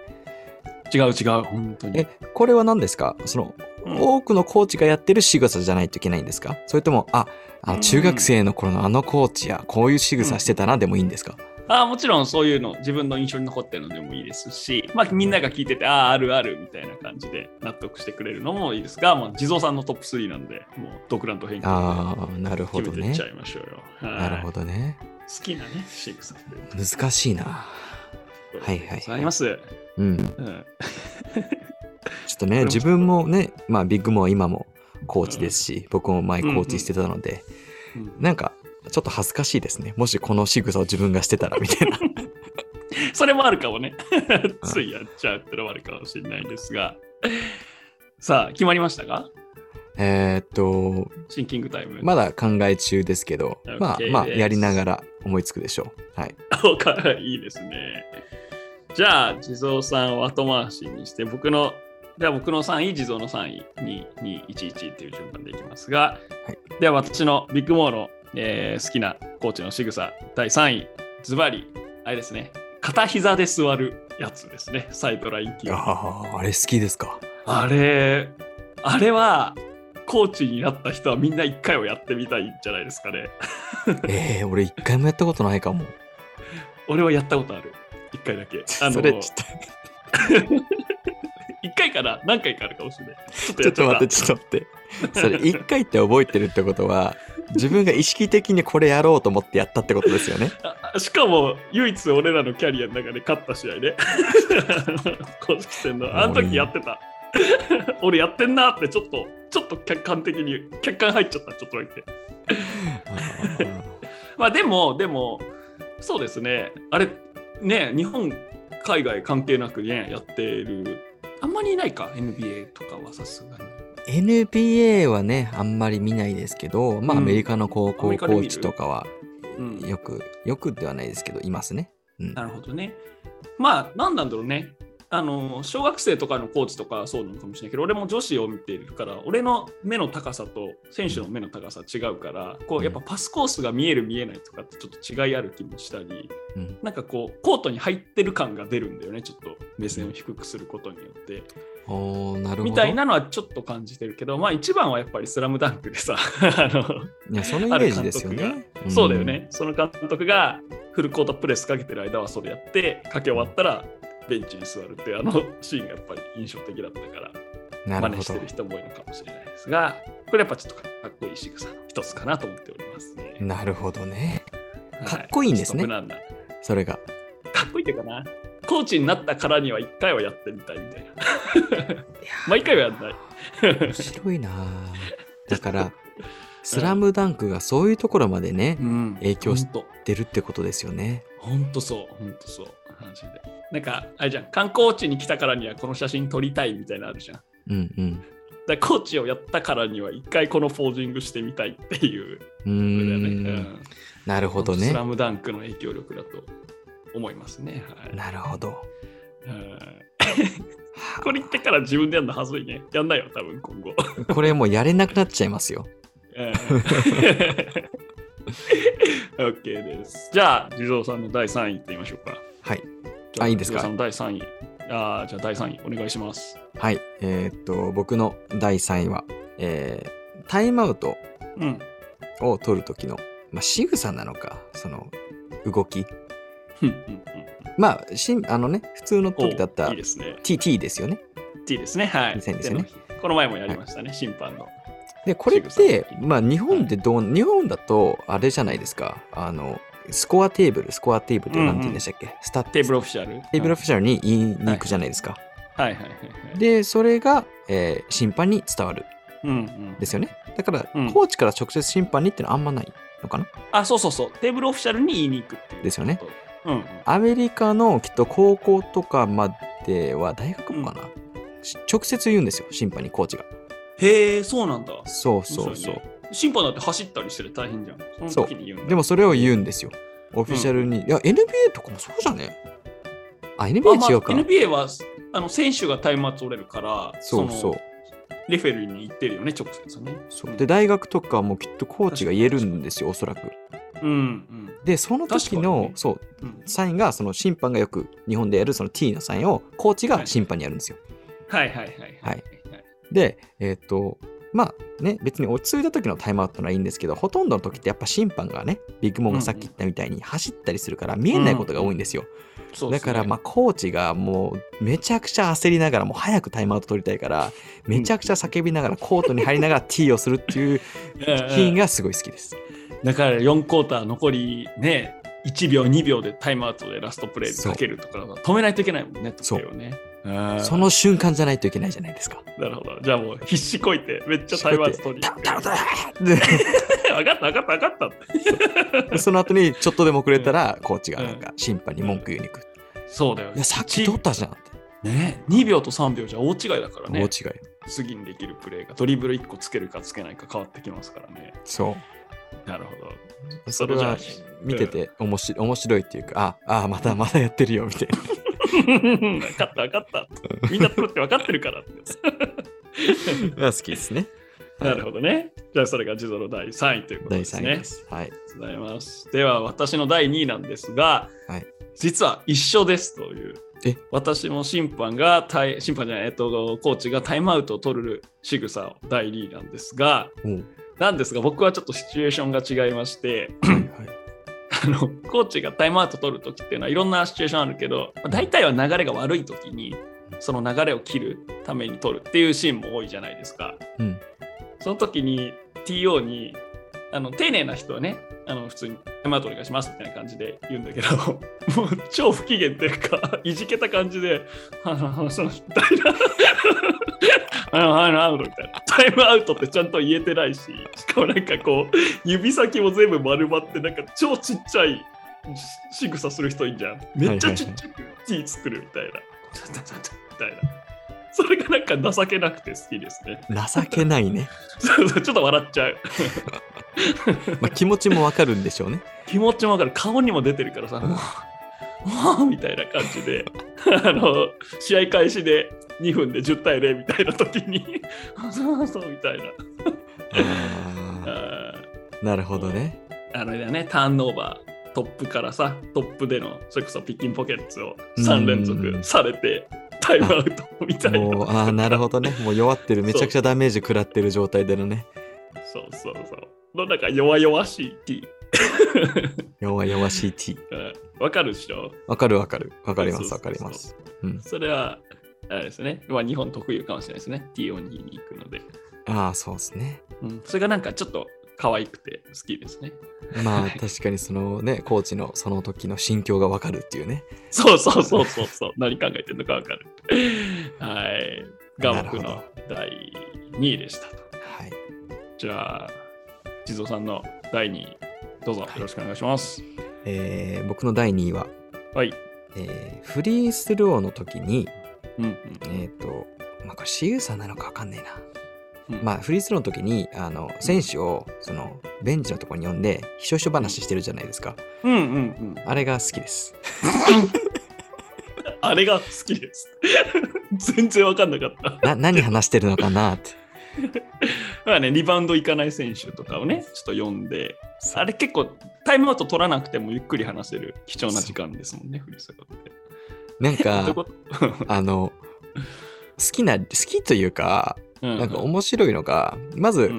Speaker 1: 違う違う、本当に
Speaker 2: え。、これは何ですかその、
Speaker 1: うん
Speaker 2: 多くのコーチがやってる仕草じゃないといけないんですかそれとも、あ、あ
Speaker 1: うん
Speaker 2: 中学生の頃のあのコーチや、こういう仕草してたなでもいいんですか、
Speaker 1: あーもちろんそういうの、自分の印象に残ってるのでもいいですし、まあ、みんなが聞いてて、ああ、あるあるみたいな感じで納得してくれるのもいいですが、もう地蔵さんのトップ3なんで、もう独断と偏見で
Speaker 2: ああ、なるほ
Speaker 1: 決
Speaker 2: ど
Speaker 1: めていっ
Speaker 2: ね
Speaker 1: ち。ゃいましょうよ。
Speaker 2: なるほ
Speaker 1: ど
Speaker 2: どね。
Speaker 1: 好きなね、仕草っていう
Speaker 2: 難しいな。
Speaker 1: ところ
Speaker 2: はいはい
Speaker 1: でございます。
Speaker 2: うん。
Speaker 1: うん
Speaker 2: ちょっと
Speaker 1: れ
Speaker 2: ね、
Speaker 1: も
Speaker 2: 自分もね、まあ、ビッグモは今もコーチですし、僕も前コーチしてたので、
Speaker 1: うん
Speaker 2: なんか、ちょっと恥ずかしいですね。もしこの仕草を自分がしてたら、みた いな。
Speaker 1: それもあるかもね。ついやっちゃうってのもあるかもしれないですが。さあ、決まりましたか
Speaker 2: えーっと、
Speaker 1: シンキングタイム。
Speaker 2: まだ考え中ですけど、まあ
Speaker 1: OK
Speaker 2: まあ、
Speaker 1: です
Speaker 2: やりながら思いつくでしょう。はい。
Speaker 1: そうか、いいですね。じゃあ、地蔵さんを後回しにして、僕の、じゃあ僕の3位、地蔵の3位、2、2、1、1っていう順番でいきますが、
Speaker 2: はい
Speaker 1: では私のビッグモーの、えー好きなコーチの仕草第3位、ズバリ、あれですね、片膝で座るやつですね、サイドラインキーク。
Speaker 2: ああ、あれ好きですか。
Speaker 1: あれ、あれは、コーチになった人はみんな1回をやってみたいんじゃないですかね。
Speaker 2: ええ俺一回もやったことないかも。
Speaker 1: 俺はやったことある。1回だ け。あの
Speaker 2: それちょっと、
Speaker 1: 一回から何回かあるかもしれない。ちょっ
Speaker 2: ちょっと待って、
Speaker 1: て
Speaker 2: ちょっと待って。それ一回って覚えてるってことは、自分が意識的にこれやろうと思ってやったってことです よね。
Speaker 1: ああしかも、唯一俺らのキャリアの中で 勝った試合ね。公式戦の。あの時やってた。 俺やってんなってちょっと、ちょっと客観的に、客観入っちゃった、ちょっとだけ。まあでも、でも、そうですね。あれ、ね、日本、海外関係なくね、やってる。あんまりいないか、NBA とかはさすがに。
Speaker 2: NBA はね、あんまり見ないですけど、まあ、
Speaker 1: うん
Speaker 2: アメリカの高
Speaker 1: アメ
Speaker 2: 校
Speaker 1: リ
Speaker 2: コ
Speaker 1: カで見る
Speaker 2: ーチとかは、
Speaker 1: うん
Speaker 2: よく、よくではないですけど、いますね。うん
Speaker 1: な。るほどね。まあ、なんなんだろうね。あの小学生とかのコーチとかはそうなのかもしれないけど俺も女子を見ているから俺の目の高さと選手の目の高さ違うからこうやっぱパスコースが見える見えないとかってちょっと違いある気もしたり
Speaker 2: うん
Speaker 1: なんかこうコートに入ってる感が出るんだよねちょっと目線を低くすることによって
Speaker 2: おーなるほど。
Speaker 1: みたいなのはちょっと感じてるけどまあ一番はやっぱり「スラムダンクでさ あの
Speaker 2: いや、そのイメージですよ
Speaker 1: ある監
Speaker 2: ね。ん
Speaker 1: そうだよ。ね、その監督がフルコートプレスかけてる間はそれやって、かけ終わったらベンチに座るっていうあのシーンがやっぱり印象的だったから、
Speaker 2: な
Speaker 1: 真似
Speaker 2: るほ
Speaker 1: して
Speaker 2: ど
Speaker 1: る。人も多いのかもしれないですが、これやっぱちょっとかっこいい仕草の一つかなと思っておりますね。
Speaker 2: なるほどね。
Speaker 1: はい
Speaker 2: かっこいいんですね
Speaker 1: ちょっと無難な
Speaker 2: それが。
Speaker 1: かっこいいというかな、コーチになったからには一回はやってみたいみたいな。
Speaker 2: いや
Speaker 1: 毎回はやんない。
Speaker 2: 面白いなあだから、スラムダンクがそういうところまでね、
Speaker 1: ん
Speaker 2: 影響し
Speaker 1: ほんと
Speaker 2: 出るってことですよね。
Speaker 1: ほんとそう、ほんとそう。マジでなんか、あれじゃん、観光地に来たからにはこの写真撮りたいみたいなのあるじゃん。
Speaker 2: うんうん。
Speaker 1: だからコーチをやったからには一回このポージングしてみたいっていう
Speaker 2: うー
Speaker 1: これだよ
Speaker 2: ん、
Speaker 1: ね、
Speaker 2: なる
Speaker 1: う
Speaker 2: ほ
Speaker 1: ん
Speaker 2: ど
Speaker 1: ス
Speaker 2: ね
Speaker 1: ラ。ムダンクの影響力だと思いますね。はい
Speaker 2: なるほど。
Speaker 1: うん
Speaker 2: はあ
Speaker 1: これ言ってから自分でやるのはずいね。やんないよ、多分今後。
Speaker 2: これもうやれなくなっちゃいますよ。
Speaker 1: うん OK です。じゃあ、地蔵さんの第3位いってみましょうか。
Speaker 2: はい。
Speaker 1: じゃ
Speaker 2: あいいですか
Speaker 1: 地蔵さんの第3位。あーじゃあ、第3位お願いします。
Speaker 2: はい。えーっと、僕の第3位は、えータイムアウト
Speaker 1: うん。
Speaker 2: を取る時の、まあ、仕草なのか、その、動き。
Speaker 1: うんうん
Speaker 2: まあ、しんあのね、普通の
Speaker 1: うん
Speaker 2: 時だった
Speaker 1: お
Speaker 2: ら
Speaker 1: いいですね。
Speaker 2: TT ですよね。
Speaker 1: T ですね。はい。
Speaker 2: 2000ですよね
Speaker 1: この前もやりましたね、審判の。
Speaker 2: で、これっ
Speaker 1: 仕
Speaker 2: て
Speaker 1: 草、
Speaker 2: まあ、日本でどう、日本だと、あれじゃないですか。あの、スコアテーブル、スコアテーブルって何て言うんでしたっけ、スタ
Speaker 1: テーブルオフィシャル。
Speaker 2: テーブルオフィシャルに言いに行くじゃないですか。
Speaker 1: はいはいはいはい。
Speaker 2: で、それが、えー審判に伝わる。
Speaker 1: うんうん
Speaker 2: ですよね。だから、
Speaker 1: うん
Speaker 2: コーチから直接審判にってのはあんまないのかな。
Speaker 1: あ、そうそうそう。テーブルオフィシャルに言いに行くっていう。
Speaker 2: ですよね。
Speaker 1: うんうん。
Speaker 2: アメリカのきっと高校とかまでは大学もかな、し直接言うんですよ審判にコーチが
Speaker 1: へえ、そうなんだ。
Speaker 2: そうそう
Speaker 1: 面
Speaker 2: そ
Speaker 1: 白
Speaker 2: う
Speaker 1: いね審判だって走ったりしてる大変じゃん。その時に言うんだ。
Speaker 2: でもそれを言うんですよオフィシャルに、いや NBA とかもそうじゃねあ NBA
Speaker 1: あまあ
Speaker 2: 違うか、
Speaker 1: NBA はあの選手がタイムアウト取れるから、
Speaker 2: そうそう
Speaker 1: のレフェリーに行ってるよね、直接ね。
Speaker 2: そう
Speaker 1: うん
Speaker 2: で大学とかもきっとコーチが言えるんですよおそらく
Speaker 1: うんうん。
Speaker 2: でその時の、
Speaker 1: 確かにね
Speaker 2: そう
Speaker 1: うん
Speaker 2: サインがその審判がよく日本でやるその T のサインをコーチが審判にやるんですよ、
Speaker 1: はいはいはい
Speaker 2: はいで、えっ、と、まあね、別に落ち着いた時のタイムアウトならいいんですけど、ほとんどの時ってやっぱ審判がね、ビッグモンがさっき言ったみたいに走ったりするから見えないことが多いんですよ。
Speaker 1: そうで
Speaker 2: だ
Speaker 1: すね
Speaker 2: からまあコーチがもうめちゃくちゃ焦りながらもう早くタイムアウト取りたいから、めちゃくちゃ叫びながらコートに入りながら T をするっていう
Speaker 1: うん
Speaker 2: シーンがすごい好きです。
Speaker 1: だから4クォーター残りね、1秒2秒でタイムアウトでラストプレーかけるとか止めないといけないもんね、時計をね。うん
Speaker 2: その瞬間じゃないといけないじゃないですか。
Speaker 1: なるほど。じゃあもう必死こいて、めっちゃタイムアウト取りに
Speaker 2: タ
Speaker 1: 行
Speaker 2: ム
Speaker 1: く。
Speaker 2: タ ムタ
Speaker 1: 分かった分かった分かった。
Speaker 2: でその後にちょっとでも遅れたらコーチがなんか審判に文句言いに行く。
Speaker 1: そうだよ。
Speaker 2: いや、さっき取ったじゃんって。
Speaker 1: ね、2秒と3秒じゃ大違いだから
Speaker 2: 大違
Speaker 1: ね
Speaker 2: い。。
Speaker 1: 次にできるプレーがドリブル1個つけるかつけないか変わってきますからね。
Speaker 2: そう。
Speaker 1: なるほど。
Speaker 2: それは
Speaker 1: それじゃあ
Speaker 2: 見てて面白い面白いっていうか、ああ、またまたやってるよみたいな。
Speaker 1: 分かった分かった。みんなプロって分かってるからって。
Speaker 2: が好きですね。
Speaker 1: なるほどね。じゃあそれが地蔵の第3位ということ
Speaker 2: 第
Speaker 1: です
Speaker 2: 3位
Speaker 1: ね
Speaker 2: で。す。はい。
Speaker 1: ありがとうございます。では私の第2位なんですが、
Speaker 2: はい
Speaker 1: 実は一緒ですという
Speaker 2: え。
Speaker 1: 私も審判がタイ、審判じゃない、えっと、コーチがタイムアウトを取る仕草を第2位なんですが、
Speaker 2: おう
Speaker 1: なんですが、僕はちょっとシチュエーションが違いまして、
Speaker 2: はいはい
Speaker 1: あのコーチがタイムアウト取るときっていうのはいろんなシチュエーションあるけど、まあ大体は流れが悪いときに、その流れを切るために取るっていうシーンも多いじゃないですか。
Speaker 2: うん。
Speaker 1: その時に TO にあの丁寧な人はねあの普通に「タイムアウトお願いします」みたいな感じで言うんだけど もう超不機嫌っていうかいじけた感じで「はははそのみたいな「あのはいなアウト」みたいな「タイムアウト」ってちゃんと言えてないししかもなんかこう指先も全部丸まってなんか超ちっちゃいし仕草する人いんじゃんめっちゃちっちゃく T 作るみたいな 「ちゃちゃちゃちゃ」みたいなそれがなんか情けなくて好きですね
Speaker 2: 情けないね。
Speaker 1: そうそうちょっと笑っちゃう。
Speaker 2: まあ、気持ちもわかるんでしょうね。
Speaker 1: 気持ちもわかる。顔にも出てるからさ、もう、もうみたいな感じで、 あの、試合開始で2分で10対0みたいな時に、 そうそうみたいな。
Speaker 2: あ
Speaker 1: あ
Speaker 2: ーなるほどね。
Speaker 1: ーあのね、ターンオーバー、トップからさ、トップでの、それこそピッキンポケッツを3連続されて、タイムアウトみたいな。
Speaker 2: もう、ああ、なるほどね。もう弱ってる、めちゃくちゃダメージ食らってる状態でのね。
Speaker 1: そうそうそう。のなんか弱々しい T。
Speaker 2: 弱々しい T。
Speaker 1: うんわかるでしょ
Speaker 2: わかるわかる。わかります
Speaker 1: そう
Speaker 2: わ
Speaker 1: そ
Speaker 2: か
Speaker 1: う
Speaker 2: り
Speaker 1: そう
Speaker 2: ます。うん、
Speaker 1: それは、あれですね。まあ、日本特有かもしれないですね。TO2 に行くので。
Speaker 2: ああ、そうですね。
Speaker 1: うん、それがなんかちょっと可愛くて好きですね。
Speaker 2: まあ
Speaker 1: はい
Speaker 2: 確かにそのね、コーチのその時の心境がわかるっていうね。
Speaker 1: そうそうそうそうそう。何考えてるのかわかる。はい。が僕
Speaker 2: なる
Speaker 1: の
Speaker 2: ほ
Speaker 1: 第2位でしたと。
Speaker 2: はい。
Speaker 1: じゃあ、地蔵さんの第2位、どうぞよろしくお願いします。
Speaker 2: えー僕の第2位は、
Speaker 1: はい。
Speaker 2: えーフリースローの時に、
Speaker 1: うんうん
Speaker 2: えっ、と、まあ、これ、私有さんなのかわかんないな。
Speaker 1: うん
Speaker 2: まあ、フリースローの時に、あの、選手を、その、ベンチのところに呼んで、ひしょひしょ話してるじゃないですか。
Speaker 1: うんうんうん。
Speaker 2: あれが好きです。
Speaker 1: あれが好きです。 全然わかんなかった。
Speaker 2: な、何話してるのかなって。
Speaker 1: まあね、リバウンドいかない選手とかをね、ちょっと呼んで、あれ結構タイムアウト取らなくてもゆっくり話せる貴重な時間ですもんね、フリースローって。
Speaker 2: なん
Speaker 1: どういう
Speaker 2: か、
Speaker 1: こと
Speaker 2: あの、好きな、好きというか、
Speaker 1: な
Speaker 2: なんか面白いのが、まず、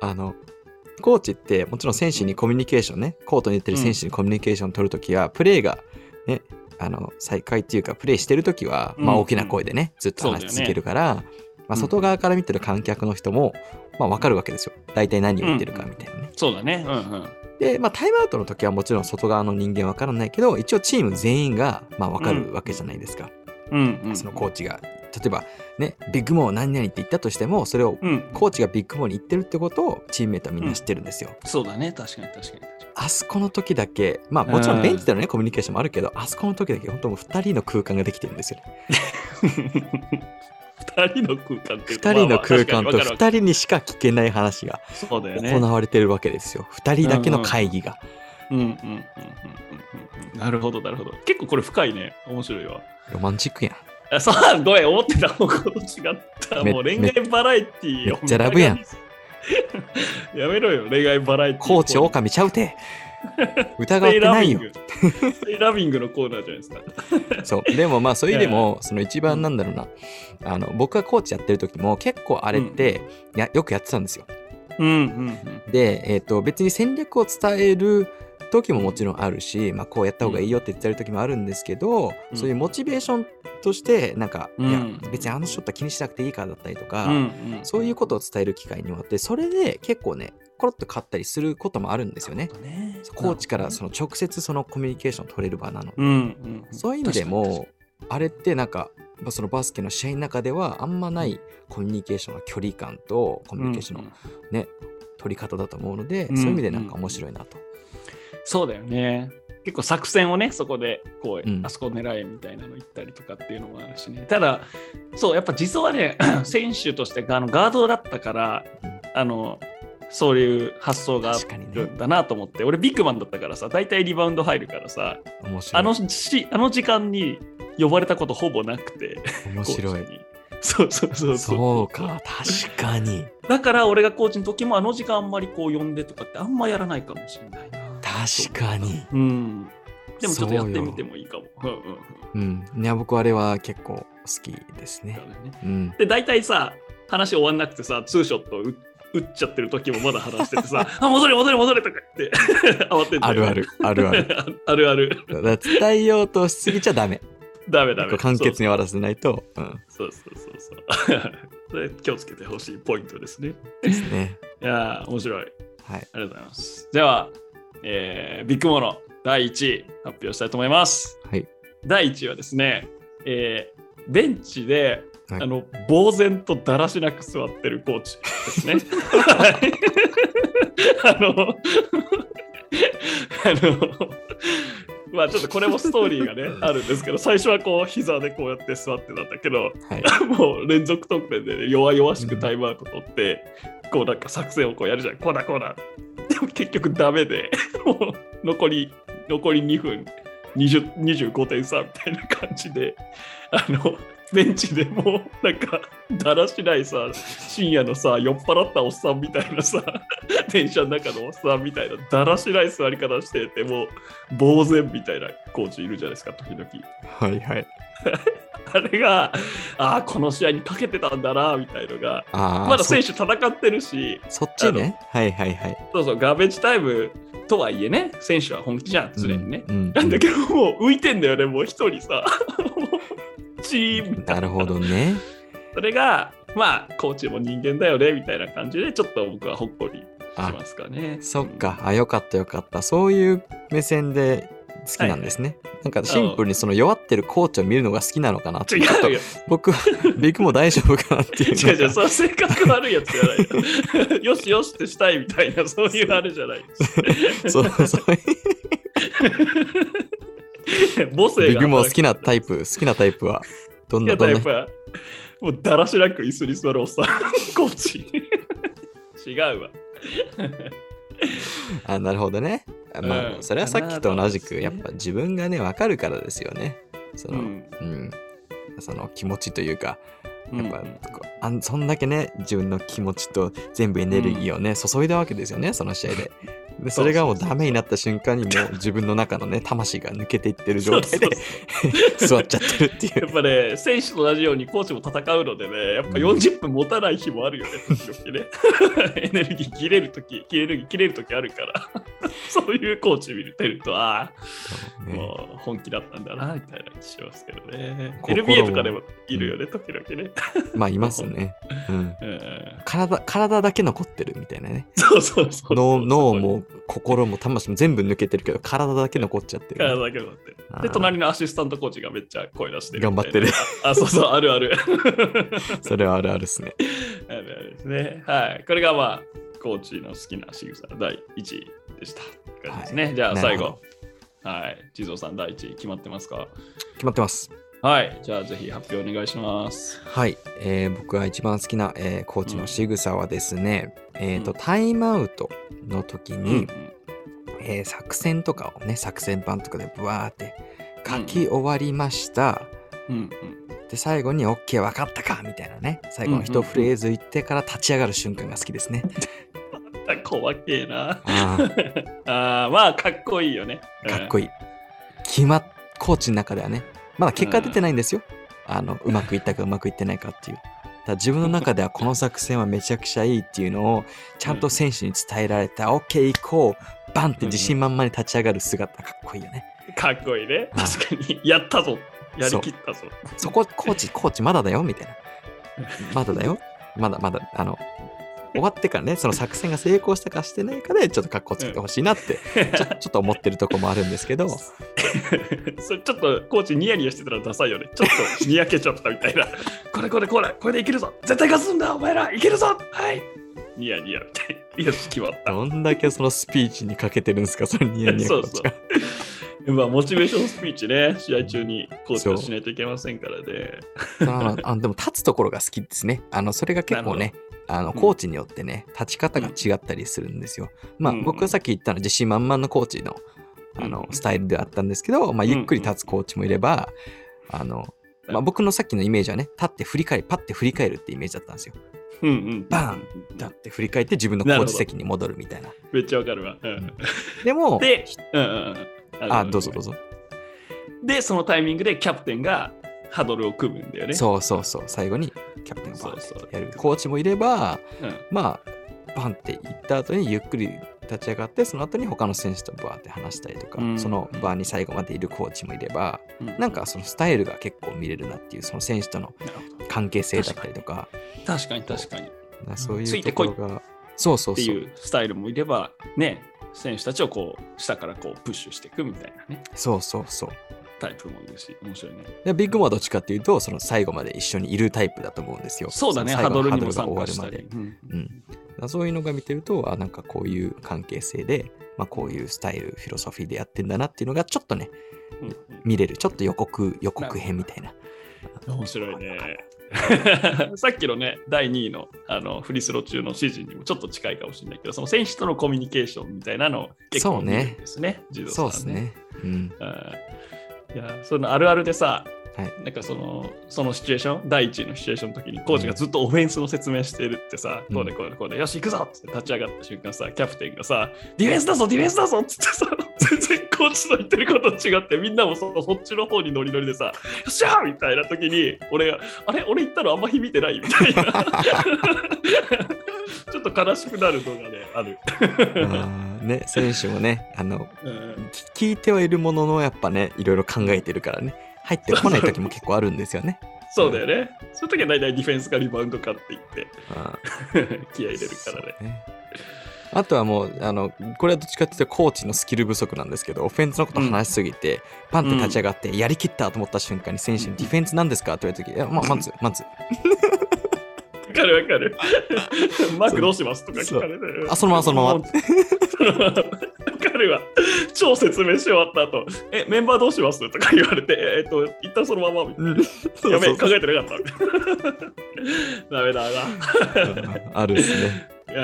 Speaker 2: あの、コーチってもちろん選手にコミュニケーションね、コートに行ってる選手にコミュニケーション取るときは、プレーがね、あの、再開っていうか、プレーしてるときは、まあ
Speaker 1: うん
Speaker 2: 大きな声でね、ずっと話し続けるから、
Speaker 1: う
Speaker 2: まあ
Speaker 1: ん
Speaker 2: 外側から見てる観客の人も、まあわかるわけですよ。大体何を言ってるかみたいなね。
Speaker 1: そうだね。うんうん。
Speaker 2: で、まあタイムアウトの時はもちろん外側の人間わからないけど、一応チーム全員が、まあわかるわけじゃないですか。
Speaker 1: うんうん、
Speaker 2: そのコーチが例えばねビッグモー何々って言ったとしてもそれを
Speaker 1: うん。
Speaker 2: コーチがビッグモーに言ってるってことをチームメートはみんな知ってるんですよ。
Speaker 1: そうだね。確かに確かに。確かに
Speaker 2: あそこの時だけまあもちろ
Speaker 1: うん
Speaker 2: んベンチでのねコミュニケーションもあるけどあそこの時だけ本当もう2人の空間ができてるんですよね。
Speaker 1: 二人の空間っていうか
Speaker 2: 2人の空間
Speaker 1: まあ
Speaker 2: と
Speaker 1: まあ確かにわかるわか
Speaker 2: 2人にしか聞けない話が
Speaker 1: るそうだよね。
Speaker 2: 行われてるわけですよ。2人だけの会議が。
Speaker 1: うんうんうんうんうんうんうんなるほど、なるほど。結構これ深いね。面白いわ。
Speaker 2: ロマンチックやん。
Speaker 1: あそう、 ごめん、思ってた方向と違った。
Speaker 2: め
Speaker 1: もう恋愛バラエティーを
Speaker 2: めっちゃラブやん。
Speaker 1: やめろよ、恋愛バラエティー。
Speaker 2: コーチ
Speaker 1: を
Speaker 2: 狼ちゃうて
Speaker 1: ス
Speaker 2: 疑
Speaker 1: テ
Speaker 2: って
Speaker 1: イラ
Speaker 2: な
Speaker 1: ビ
Speaker 2: い
Speaker 1: ン
Speaker 2: よ
Speaker 1: グ。 ステイラビングのコーナーじゃないですか。
Speaker 2: そうでもまあそういう意味でもその一番なんだろうなあの僕がコーチやってる時も結構あれって、やよくやってたんですよ
Speaker 1: うんうん
Speaker 2: で、えー、と別に戦略を伝える時ももちろんあるし、まあ、こうやった方がいいよって言ってる時もあるんですけど、
Speaker 1: うん
Speaker 2: そういうモチベーションとしてなんか、
Speaker 1: うん
Speaker 2: いや別にあのショットは気にしなくていいからだったりとか、
Speaker 1: うん。うんうん
Speaker 2: そういうことを伝える機会にもあってそれで結構ねコロッと勝ったりすることもあるんですよね。
Speaker 1: ね
Speaker 2: コーチからその直接そのコミュニケーション取れる場なので
Speaker 1: うんうんうん、
Speaker 2: そういう意味で
Speaker 1: 確かに
Speaker 2: も、あれってなんか、まあそのバスケの試合の中ではあんまないコミュニケーションの距離感とコミュニケーションのね、取り方だと思うので、
Speaker 1: うん
Speaker 2: そういう意味でなんか面白いなと。
Speaker 1: そうだよね。結構作戦をね、そこでこう、
Speaker 2: うん
Speaker 1: あそこ狙えみたいなの言ったりとかっていうのもあるしね。ただ、そう、やっぱ実はね、 選手としてあのガードだったから、
Speaker 2: うん
Speaker 1: あの、そういう発想があ
Speaker 2: 確かに
Speaker 1: るん
Speaker 2: ね、
Speaker 1: だなと思って、俺ビッグマンだったからさ、大体リバウンド入るからさ、
Speaker 2: 面白い。
Speaker 1: あのしあの時間に呼ばれたことほぼなくて、
Speaker 2: 面白
Speaker 1: コーチ
Speaker 2: い。
Speaker 1: に。そうそうそうそう。
Speaker 2: そうか、確かに。
Speaker 1: だから俺がコーチの時もあの時間あんまりこう呼んでとかってあんまやらないかもしれないな。
Speaker 2: 確かに。
Speaker 1: うん。でもちょっとやってみて
Speaker 2: も。
Speaker 1: もいいかも。うんうんうん
Speaker 2: うん。いや、僕あれは結構好きです
Speaker 1: だよ
Speaker 2: ね。
Speaker 1: ね
Speaker 2: うん。
Speaker 1: で、大体さ、話終わんなくてさ、ツーショット打打っちゃってる時もまだ話してて さ、あ、戻れ戻れ戻れとか言って 慌てんだ
Speaker 2: あ
Speaker 1: よ
Speaker 2: る
Speaker 1: ね
Speaker 2: ある、あるある。。
Speaker 1: あるある。
Speaker 2: だから伝えようとしすぎちゃダメ。
Speaker 1: ダメダメ。
Speaker 2: 簡潔に終わらせないと。うん。
Speaker 1: そうそうそうそうそう。 それ気をつけてほしいポイントですね。
Speaker 2: ですね。
Speaker 1: いやー、面白い。
Speaker 2: はい。
Speaker 1: ありがとうございます。では、えービッグモノ第1位発表したいと思います。
Speaker 2: はい。
Speaker 1: 第1位はですね、えーベンチで、
Speaker 2: はい
Speaker 1: あの呆然とだらしなく座ってるコーチです ね。はいあのあのまあちょっとこれもストーリーがねあるんですけど最初はこう膝でこうやって座ってたんだけど
Speaker 2: はい。
Speaker 1: もう連続得点で、ね、弱々しくタイムアウト取って、こうなんか作戦をこうやるじゃん。こうだこうだ。 でも結局ダメで、 もう残り、残り2分、20 25点差みたいな感じで、あの、ベンチでもうなんかだらしないさ、深夜のさ、酔っ払ったおっさんみたいなさ、 電車の中のおっさんみたいなだらしない座り方してて、もう呆然みたいなコーチいるじゃないですか、時々。
Speaker 2: はいはい。
Speaker 1: あれが、ああ、この試合にかけてたんだな、みたいのが、
Speaker 2: ああ、
Speaker 1: まだ
Speaker 2: そ
Speaker 1: 選手戦ってるし、
Speaker 2: そっちね。はいはいはい。
Speaker 1: そうそう、ガーベージタイムとはいえね、選手は本気じゃん、常にね。
Speaker 2: うん。うん
Speaker 1: なんだけど、もう浮いてんだよね、もう一人さ。 もうチーム
Speaker 2: なるほどね。
Speaker 1: それが、まあ、コーチも人間だよね、みたいな感じで、ちょっと僕はほっこりし
Speaker 2: あ、
Speaker 1: ますかね。
Speaker 2: そっか。あ、よかったよかった。そういう目線で好きなんですね。なんかシンプルにその弱ってるコーチを見るのが好きなのかなって。
Speaker 1: うん。違
Speaker 2: ちょっと
Speaker 1: うよ。
Speaker 2: 僕はビッグも大丈夫かなっていうのが。
Speaker 1: 違う違う、その性格悪いやつじゃない。 よしよしってしたいみたいな、そういうあれじゃ ない。
Speaker 2: そう そう
Speaker 1: 母性が
Speaker 2: ビッグも好きなタイプ、好きなタイプは。どん
Speaker 1: い
Speaker 2: な
Speaker 1: や
Speaker 2: どん
Speaker 1: だ
Speaker 2: な
Speaker 1: やっぱもうだらしなく椅子に座るおっ さんコーチ違うわ
Speaker 2: あ、なるほどね。あま
Speaker 1: う
Speaker 2: あ、
Speaker 1: ん
Speaker 2: それはさっきと同じ
Speaker 1: か
Speaker 2: く、
Speaker 1: なと
Speaker 2: やっぱ自分がね、わかるからですよね。その、
Speaker 1: うん
Speaker 2: うん。その気持ちというか、
Speaker 1: う
Speaker 2: やっ
Speaker 1: ん
Speaker 2: ぱ、こうあんそんだけね自分の気持ちと全部エネルギーをね、注いだわけですよねその試合で。でそれがもうダメになった瞬間にもう自分の中のね魂が抜けていってる状態で
Speaker 1: そうそ
Speaker 2: 座っちゃってるっていうう
Speaker 1: やっぱね選手と同じようにコーチも戦うのでねやっぱ40分持たない日もあるよね時 々ねエネルギー切れる時エネルギー切れる時あるから そういうコーチ見てるとああ
Speaker 2: ね、
Speaker 1: もう本気だったんだなみたいな気しますけどね
Speaker 2: 心も
Speaker 1: NBA とかでもいるよね時々ね、
Speaker 2: まあいますよね、うん、
Speaker 1: うん、
Speaker 2: 体体だけ残ってるみたいなね
Speaker 1: そうそうそうそう
Speaker 2: 脳脳も心も魂も全部抜けてるけど、体だけ残っちゃってる。
Speaker 1: 体だけだって。
Speaker 2: あ
Speaker 1: で、
Speaker 2: ー
Speaker 1: 隣のアシスタントコーチがめっちゃ声出してる。
Speaker 2: 頑張ってる。
Speaker 1: あ、そうそう、あるある。
Speaker 2: それはあるあるですね。
Speaker 1: あるあるですね。はい。これがまあ、コーチの好きな仕草第1位でした。って感じですね。
Speaker 2: はい
Speaker 1: じゃあ
Speaker 2: な
Speaker 1: 最
Speaker 2: るほど
Speaker 1: 後。はい。地蔵さん第1位決まってますか
Speaker 2: 決まってます。
Speaker 1: はい。じゃあぜひ発表お願いします。
Speaker 2: はい、えー僕が一番好きな、えーコーチの仕草はですね、えっ、と、
Speaker 1: うん
Speaker 2: タイムアウトの時
Speaker 1: う
Speaker 2: に、えー作戦とかをね、作戦版とかでブワーって書き終わりました。
Speaker 1: うん
Speaker 2: で、最後に OK 分かったかみたいなね、最後の
Speaker 1: うんう
Speaker 2: 一
Speaker 1: んうん
Speaker 2: フレーズ言ってから立ち上がる瞬間が好きですね。
Speaker 1: うん。怖けえな。
Speaker 2: あー
Speaker 1: ああ、まあ、かっこいいよね。
Speaker 2: かっこ
Speaker 1: いい。
Speaker 2: いい。決まっ、コーチの中ではね、まだ結果出てないんですよ。あの、うまくいったかうまくいってないかっていう。ただ自分の中ではこの作戦はめちゃくちゃいいっていうのをちゃんと選手に伝えられた、OK 行こうバンって自信満々に立ち上がる姿かっこいいよね
Speaker 1: かっこいいね。確かに。やったぞ。やりきったぞ。
Speaker 2: そこコー チコーチまだだよみたいなまだだよまだまだあの終わってからねその作戦が成功したかしてないかでちょっとかっこつけてほしいなってちょちょっと思ってるとこもあるんですけ ど
Speaker 1: それちょっとコーチニヤニヤしてたらダサいよね。ちょっとにやけちゃったみたいな。 これこれこれ、これでいけるぞ。絶対勝つんだ、お前ら。いけるぞ。はい。ニヤニヤみたいな。よし、決まった。
Speaker 2: どんだけそのスピーチにかけてるんですかそれニヤニヤ
Speaker 1: そう
Speaker 2: こっち
Speaker 1: そ
Speaker 2: が
Speaker 1: う。 まあ、モチベーションスピーチね、試合中にコーチをしないといけませんからね。
Speaker 2: あのあのでも立つところが好きですね。あのそれが結構ね、あの
Speaker 1: うん
Speaker 2: コーチによってね、立ち方が違ったりするんですよ。まあ
Speaker 1: うん
Speaker 2: 僕がさっき言ったのは自信満々のコーチのあの
Speaker 1: うん
Speaker 2: スタイルではあったんですけど、まあ、ゆっくり立つコーチもいれば、あのまあ、僕のさっきのイメージはね、立って振り返り、パッて振り返るってイメージだったんですよ。
Speaker 1: うんうん。
Speaker 2: バン立って振り返って自分のコーチ席に戻るみたいな。
Speaker 1: めっちゃわかるわ。うん
Speaker 2: でも、
Speaker 1: で、うんうんうん。
Speaker 2: あ、どうぞどう
Speaker 1: ぞ。
Speaker 2: ぞ。
Speaker 1: で、そのタイミングでキャプテンがハドルを組むんだよね。
Speaker 2: そうそうそう、最後にキャプテンがバーンってやる
Speaker 1: そうそう
Speaker 2: コーチもいれば、
Speaker 1: うん。
Speaker 2: まあバンって行った後にゆっくり立ち上がってその後に他の選手とバーって話したりとか、
Speaker 1: うん
Speaker 2: そのバーに最後までいるコーチもいれば
Speaker 1: う
Speaker 2: なんかそのスタイルが結構見れるなっていうその選手との
Speaker 1: なるほど
Speaker 2: 関係性だったりとか
Speaker 1: 確かに確かに。
Speaker 2: なそう
Speaker 1: つ
Speaker 2: い
Speaker 1: いうて
Speaker 2: と
Speaker 1: こ
Speaker 2: こ
Speaker 1: い
Speaker 2: ろがそうそ
Speaker 1: っ
Speaker 2: う
Speaker 1: て
Speaker 2: そ
Speaker 1: いううスタイルもいれば、ね、選手たちをこう下からこうプッシュしていくみたいなね、
Speaker 2: そうそうそう
Speaker 1: タイプもいるし、面白いね。
Speaker 2: でビッグモはどっちかっていうとその最後まで一緒にいるタイプだと思うんですよ
Speaker 1: そうだね、
Speaker 2: の
Speaker 1: ハ
Speaker 2: 最
Speaker 1: ド
Speaker 2: 後の
Speaker 1: ルにも
Speaker 2: ハ
Speaker 1: 参
Speaker 2: ドルが
Speaker 1: 加
Speaker 2: 終
Speaker 1: し
Speaker 2: わ
Speaker 1: た
Speaker 2: るま
Speaker 1: り。
Speaker 2: で
Speaker 1: うん
Speaker 2: うん、そういうのが見てるとあなんかこういう関係性で、まあ、こういうスタイルフィロソフィーでやってんだなっていうのがちょっとね
Speaker 1: うん
Speaker 2: 見れるちょっと予告予告編みたいな
Speaker 1: うん面白いね。 さっきのね、第2位のあのフリースロー中の指示にもちょっと近いかもしれないけど、その選手とのコミュニケーションみたいなのを結構
Speaker 2: そう
Speaker 1: 見
Speaker 2: ね
Speaker 1: るんですね、児童さん
Speaker 2: そう
Speaker 1: は
Speaker 2: ですね。うん。
Speaker 1: うんいや、そのあるあるでさ、
Speaker 2: はい。
Speaker 1: なんかそのそのシチュエーション第一のシチュエーションの時にコーチがずっとオフェンスの説明してるってさ、
Speaker 2: うん
Speaker 1: こうでこうでこうでよし行くぞって立ち上がった瞬間さキャプテンがさディフェンスだぞディフェンスだぞっつってさ 全然コーチの言ってることと違ってみんなもそそっちの方にノリノリでさよっしゃーみたいな時に俺があれ俺言ったのあんま響いてないみたいな ちょっと悲しくなるのがねある、
Speaker 2: あーね、選手もね、あの、
Speaker 1: うん
Speaker 2: き聞いてはいるものの、やっぱね、いろいろ考えてるからね、入ってこない時も結構あるんですよ ね。
Speaker 1: そうだよねそういう時は大体ディフェンスかリバウンドかって言って
Speaker 2: あ
Speaker 1: 気合
Speaker 2: ー
Speaker 1: い入れるからね。
Speaker 2: そうねあとはもう、あの、これはどっちかっていうと、コーチのスキル不足なんですけど、オフェンスのこと話しすぎて、パンって立ち上がって、やりきったと思った瞬間に、選手にディフェンスなんですかって言われた時、いや、まあ、まず、まず、
Speaker 1: わかるわかる。マークどうしますとか聞かれて
Speaker 2: あ、そのまま、その まま。
Speaker 1: わかるわ。超説明し終わった後、え、メンバーどうしますとか言われて、ええっと、一旦そのままみたいな。
Speaker 2: うんそ う
Speaker 1: やべえ、
Speaker 2: そう
Speaker 1: 考えてなかったみたいな。ダメだな。
Speaker 2: うんあるですね。
Speaker 1: は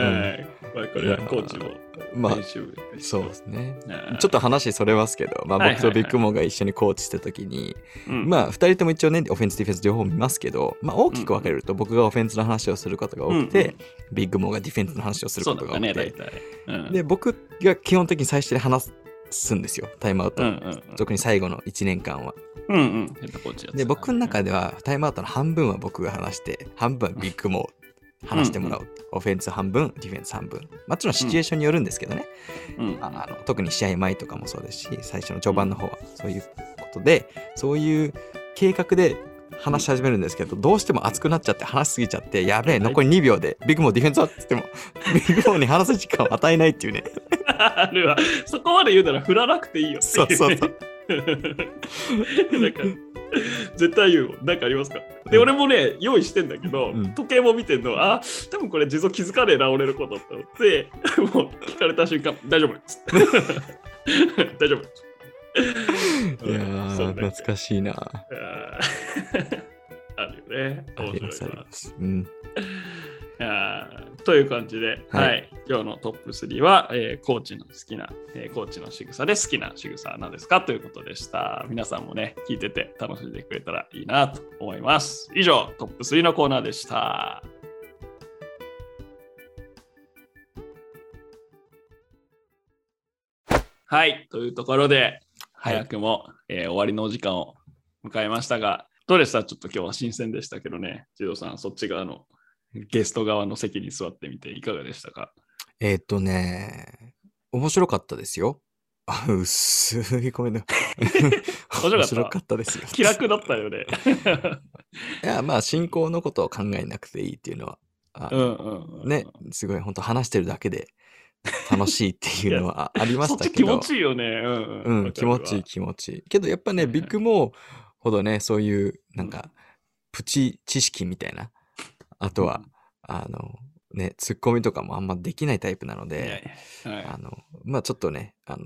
Speaker 1: い。まあ、これはコーチも
Speaker 2: まあ
Speaker 1: 練、習部
Speaker 2: そうですね。
Speaker 1: ね
Speaker 2: ちょっと話それますけど、まあ、
Speaker 1: はいはい
Speaker 2: 僕とビッグモンが一緒にコーチした時に、
Speaker 1: うん
Speaker 2: まあ2人とも一応ねオフェンスディフェンス両方見ますけど、まあ、大きく分けると僕がオフェンスの話をすることが多くて、
Speaker 1: うんうん
Speaker 2: ビッグモンがディフェンスの話をする
Speaker 1: そ
Speaker 2: こ
Speaker 1: うだ
Speaker 2: と
Speaker 1: っ
Speaker 2: が
Speaker 1: た
Speaker 2: 多く
Speaker 1: ね、
Speaker 2: て、
Speaker 1: 大体。うん
Speaker 2: で僕が基本的に最初で話すんですよタイムアウト、
Speaker 1: うんうんうん
Speaker 2: 特に最後の1年間は
Speaker 1: うんうん。ヘッドコーチやってた
Speaker 2: で僕の中ではタイムアウトの半分は僕が話して半分はビッグモン話してもらう、オフェンス半分ディフェンス半分もちろんシチュエーションによるんですけどね、
Speaker 1: うん
Speaker 2: ああの特に試合前とかもそうですし最初の序盤の方はそういうことで、そういう計画で話し始めるんですけど、どうしても熱くなっちゃって話しすぎちゃってやべえ残り2秒でビッグモーディフェンスだっつってもビッグモーに話す時間を与えないっていうね
Speaker 1: あるわ。そこまで言うなら振らなくていいよってい
Speaker 2: そうそうそう
Speaker 1: ね。 なんか絶対言うよ。なんかありますかで、俺もね、用意してんだけど、
Speaker 2: うん
Speaker 1: 時計も見てんの、あ、多分これ、地蔵気づかねえな、俺のことって思って、 もう聞かれた瞬間、大丈夫です。 大丈夫です。
Speaker 2: いやー
Speaker 1: そうだね
Speaker 2: 懐かしいな。
Speaker 1: あー あるよね。
Speaker 2: あ
Speaker 1: 面
Speaker 2: り
Speaker 1: 白
Speaker 2: ま
Speaker 1: い
Speaker 2: すあり
Speaker 1: な
Speaker 2: ます。うん。
Speaker 1: あーという感じで、
Speaker 2: は
Speaker 1: はいい今日のトップ3は、えーコーチの好きな、えーコーチの仕草で好きな仕草は何ですかということでした。皆さんもね、聞いてて楽しんでくれたらいいなと思います。以上、トップ3のコーナーでした。はい、というところで、
Speaker 2: はい
Speaker 1: 早くも、えー終わりのお時間を迎えましたが、どうでしたちょっと今日は新鮮でしたけどね、児童さん、そっち側のゲスト側の席に座ってみていかがでした か
Speaker 2: えーっとね、面白かったですよ。あ薄いごめんな。
Speaker 1: 白かった
Speaker 2: 面白かったですよ。
Speaker 1: 気楽だったよね。
Speaker 2: いや、まあ、進行のことを考えなくていいっていうのは、あ
Speaker 1: うんうんうん、
Speaker 2: ね、すごい、本当話してるだけで楽しいっていう のはあありま
Speaker 1: そ
Speaker 2: し
Speaker 1: ったち
Speaker 2: け
Speaker 1: 気
Speaker 2: ど
Speaker 1: 持、ちいいよね。うん、
Speaker 2: う
Speaker 1: うん
Speaker 2: ん、気持ちいい、気持ちいい。けど、やっぱ
Speaker 1: は
Speaker 2: ね、
Speaker 1: いはい
Speaker 2: ビッグモーほどね、そういう、なんか、プチ知識みたいな、あとは、あの、ね、ツッコミとかもあんまできないタイプなの
Speaker 1: い
Speaker 2: で、
Speaker 1: やいやはい
Speaker 2: あの、まあちょっとね、あの、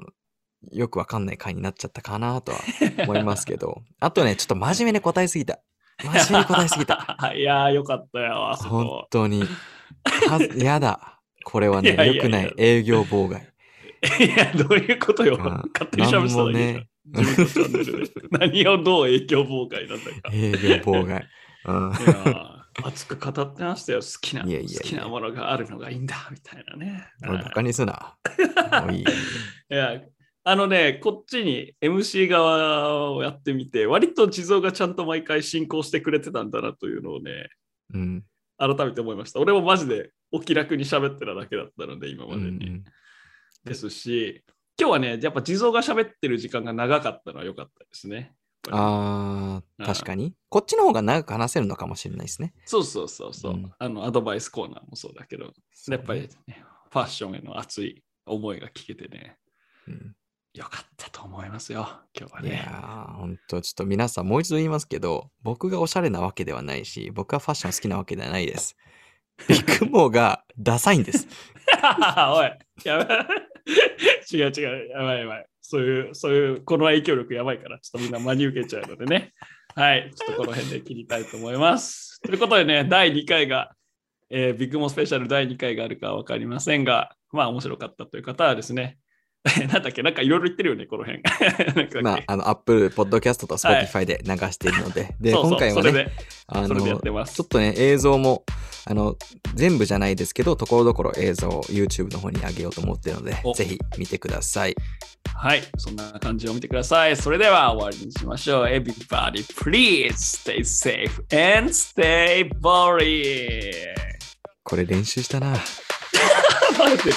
Speaker 2: よくわかんない回になっちゃったかなとは思いますけど、あとね、ちょっと真面目に答えすぎた。真面目に答えすぎた。
Speaker 1: た。 いやー、よかったよ、あそ
Speaker 2: 本
Speaker 1: こ。
Speaker 2: 当に。は やだ。これはね、
Speaker 1: いやいやい
Speaker 2: 良
Speaker 1: や
Speaker 2: くない営業妨 害。
Speaker 1: いや、どういうことよ。
Speaker 2: うん
Speaker 1: 勝手に喋ってただけじゃん
Speaker 2: なんもね
Speaker 1: 自分のチャンネ ルで。何をどう影響妨害なんだか。
Speaker 2: 営業妨害。うん。
Speaker 1: いやー熱く語ってましたよ。好きな、
Speaker 2: いやいやいや
Speaker 1: 好きなものがあるのがいいんだ、みたいなね。
Speaker 2: おいバカにす な。もういい。
Speaker 1: いや、あのね、こっちに MC 側をやってみて、割と地蔵がちゃんと毎回進行してくれてたんだなというのをね、
Speaker 2: うん。
Speaker 1: 改めて思いました。俺もマジでお気楽に喋ってただけだったので、今
Speaker 2: う
Speaker 1: までに。
Speaker 2: ん
Speaker 1: ですし、今日はね、やっぱ地蔵が喋ってる時間が長かったのは良かったですね。
Speaker 2: あー、確かに。こっちの方が長く話せるのかもしれないですね。
Speaker 1: そうそうそうそう、
Speaker 2: うん
Speaker 1: あの、アドバイスコーナーもそうだけど、やっぱり、ね、ファッションへの熱い思いが聞けてね、
Speaker 2: うん。
Speaker 1: 良かったと思いますよ、今日はいね。
Speaker 2: やー、ほんと、ちょっと皆さんもう一度言いますけど、僕がおしゃれなわけではないし、僕はファッション好きなわけではな いです。ビッグモーがダサいんです。
Speaker 1: おい、やばい。違う違う、やばいやばい。そういう、そういう、この影響力やばいから、ちょっとみんな真に受けちゃうのでね。はい、ちょっとこの辺で切りたいと思います。 ということでね、第2回が、えービッグモスペシャル第2回があるかは分かりませんが、まあ面白かったという方はですね、 なんだっけ、なんかいろいろ言ってるよね、この辺。 なんか
Speaker 2: まあ、あの、Apple Podcast と Spotify で流しているので、で、
Speaker 1: そうそう
Speaker 2: 今回はね
Speaker 1: そ、れで、
Speaker 2: あ
Speaker 1: それでやっ
Speaker 2: の
Speaker 1: てます
Speaker 2: ちょっとね映像もあの全部じゃないですけどところどころ映像を YouTube の方に上げようと思ってるので
Speaker 1: お
Speaker 2: ぜひ見てください
Speaker 1: はい、そんな感じを見てください。それでは終わりにしましょう。Everybody, please stay safe and stay boring.
Speaker 2: これ練習したな
Speaker 1: バレてる。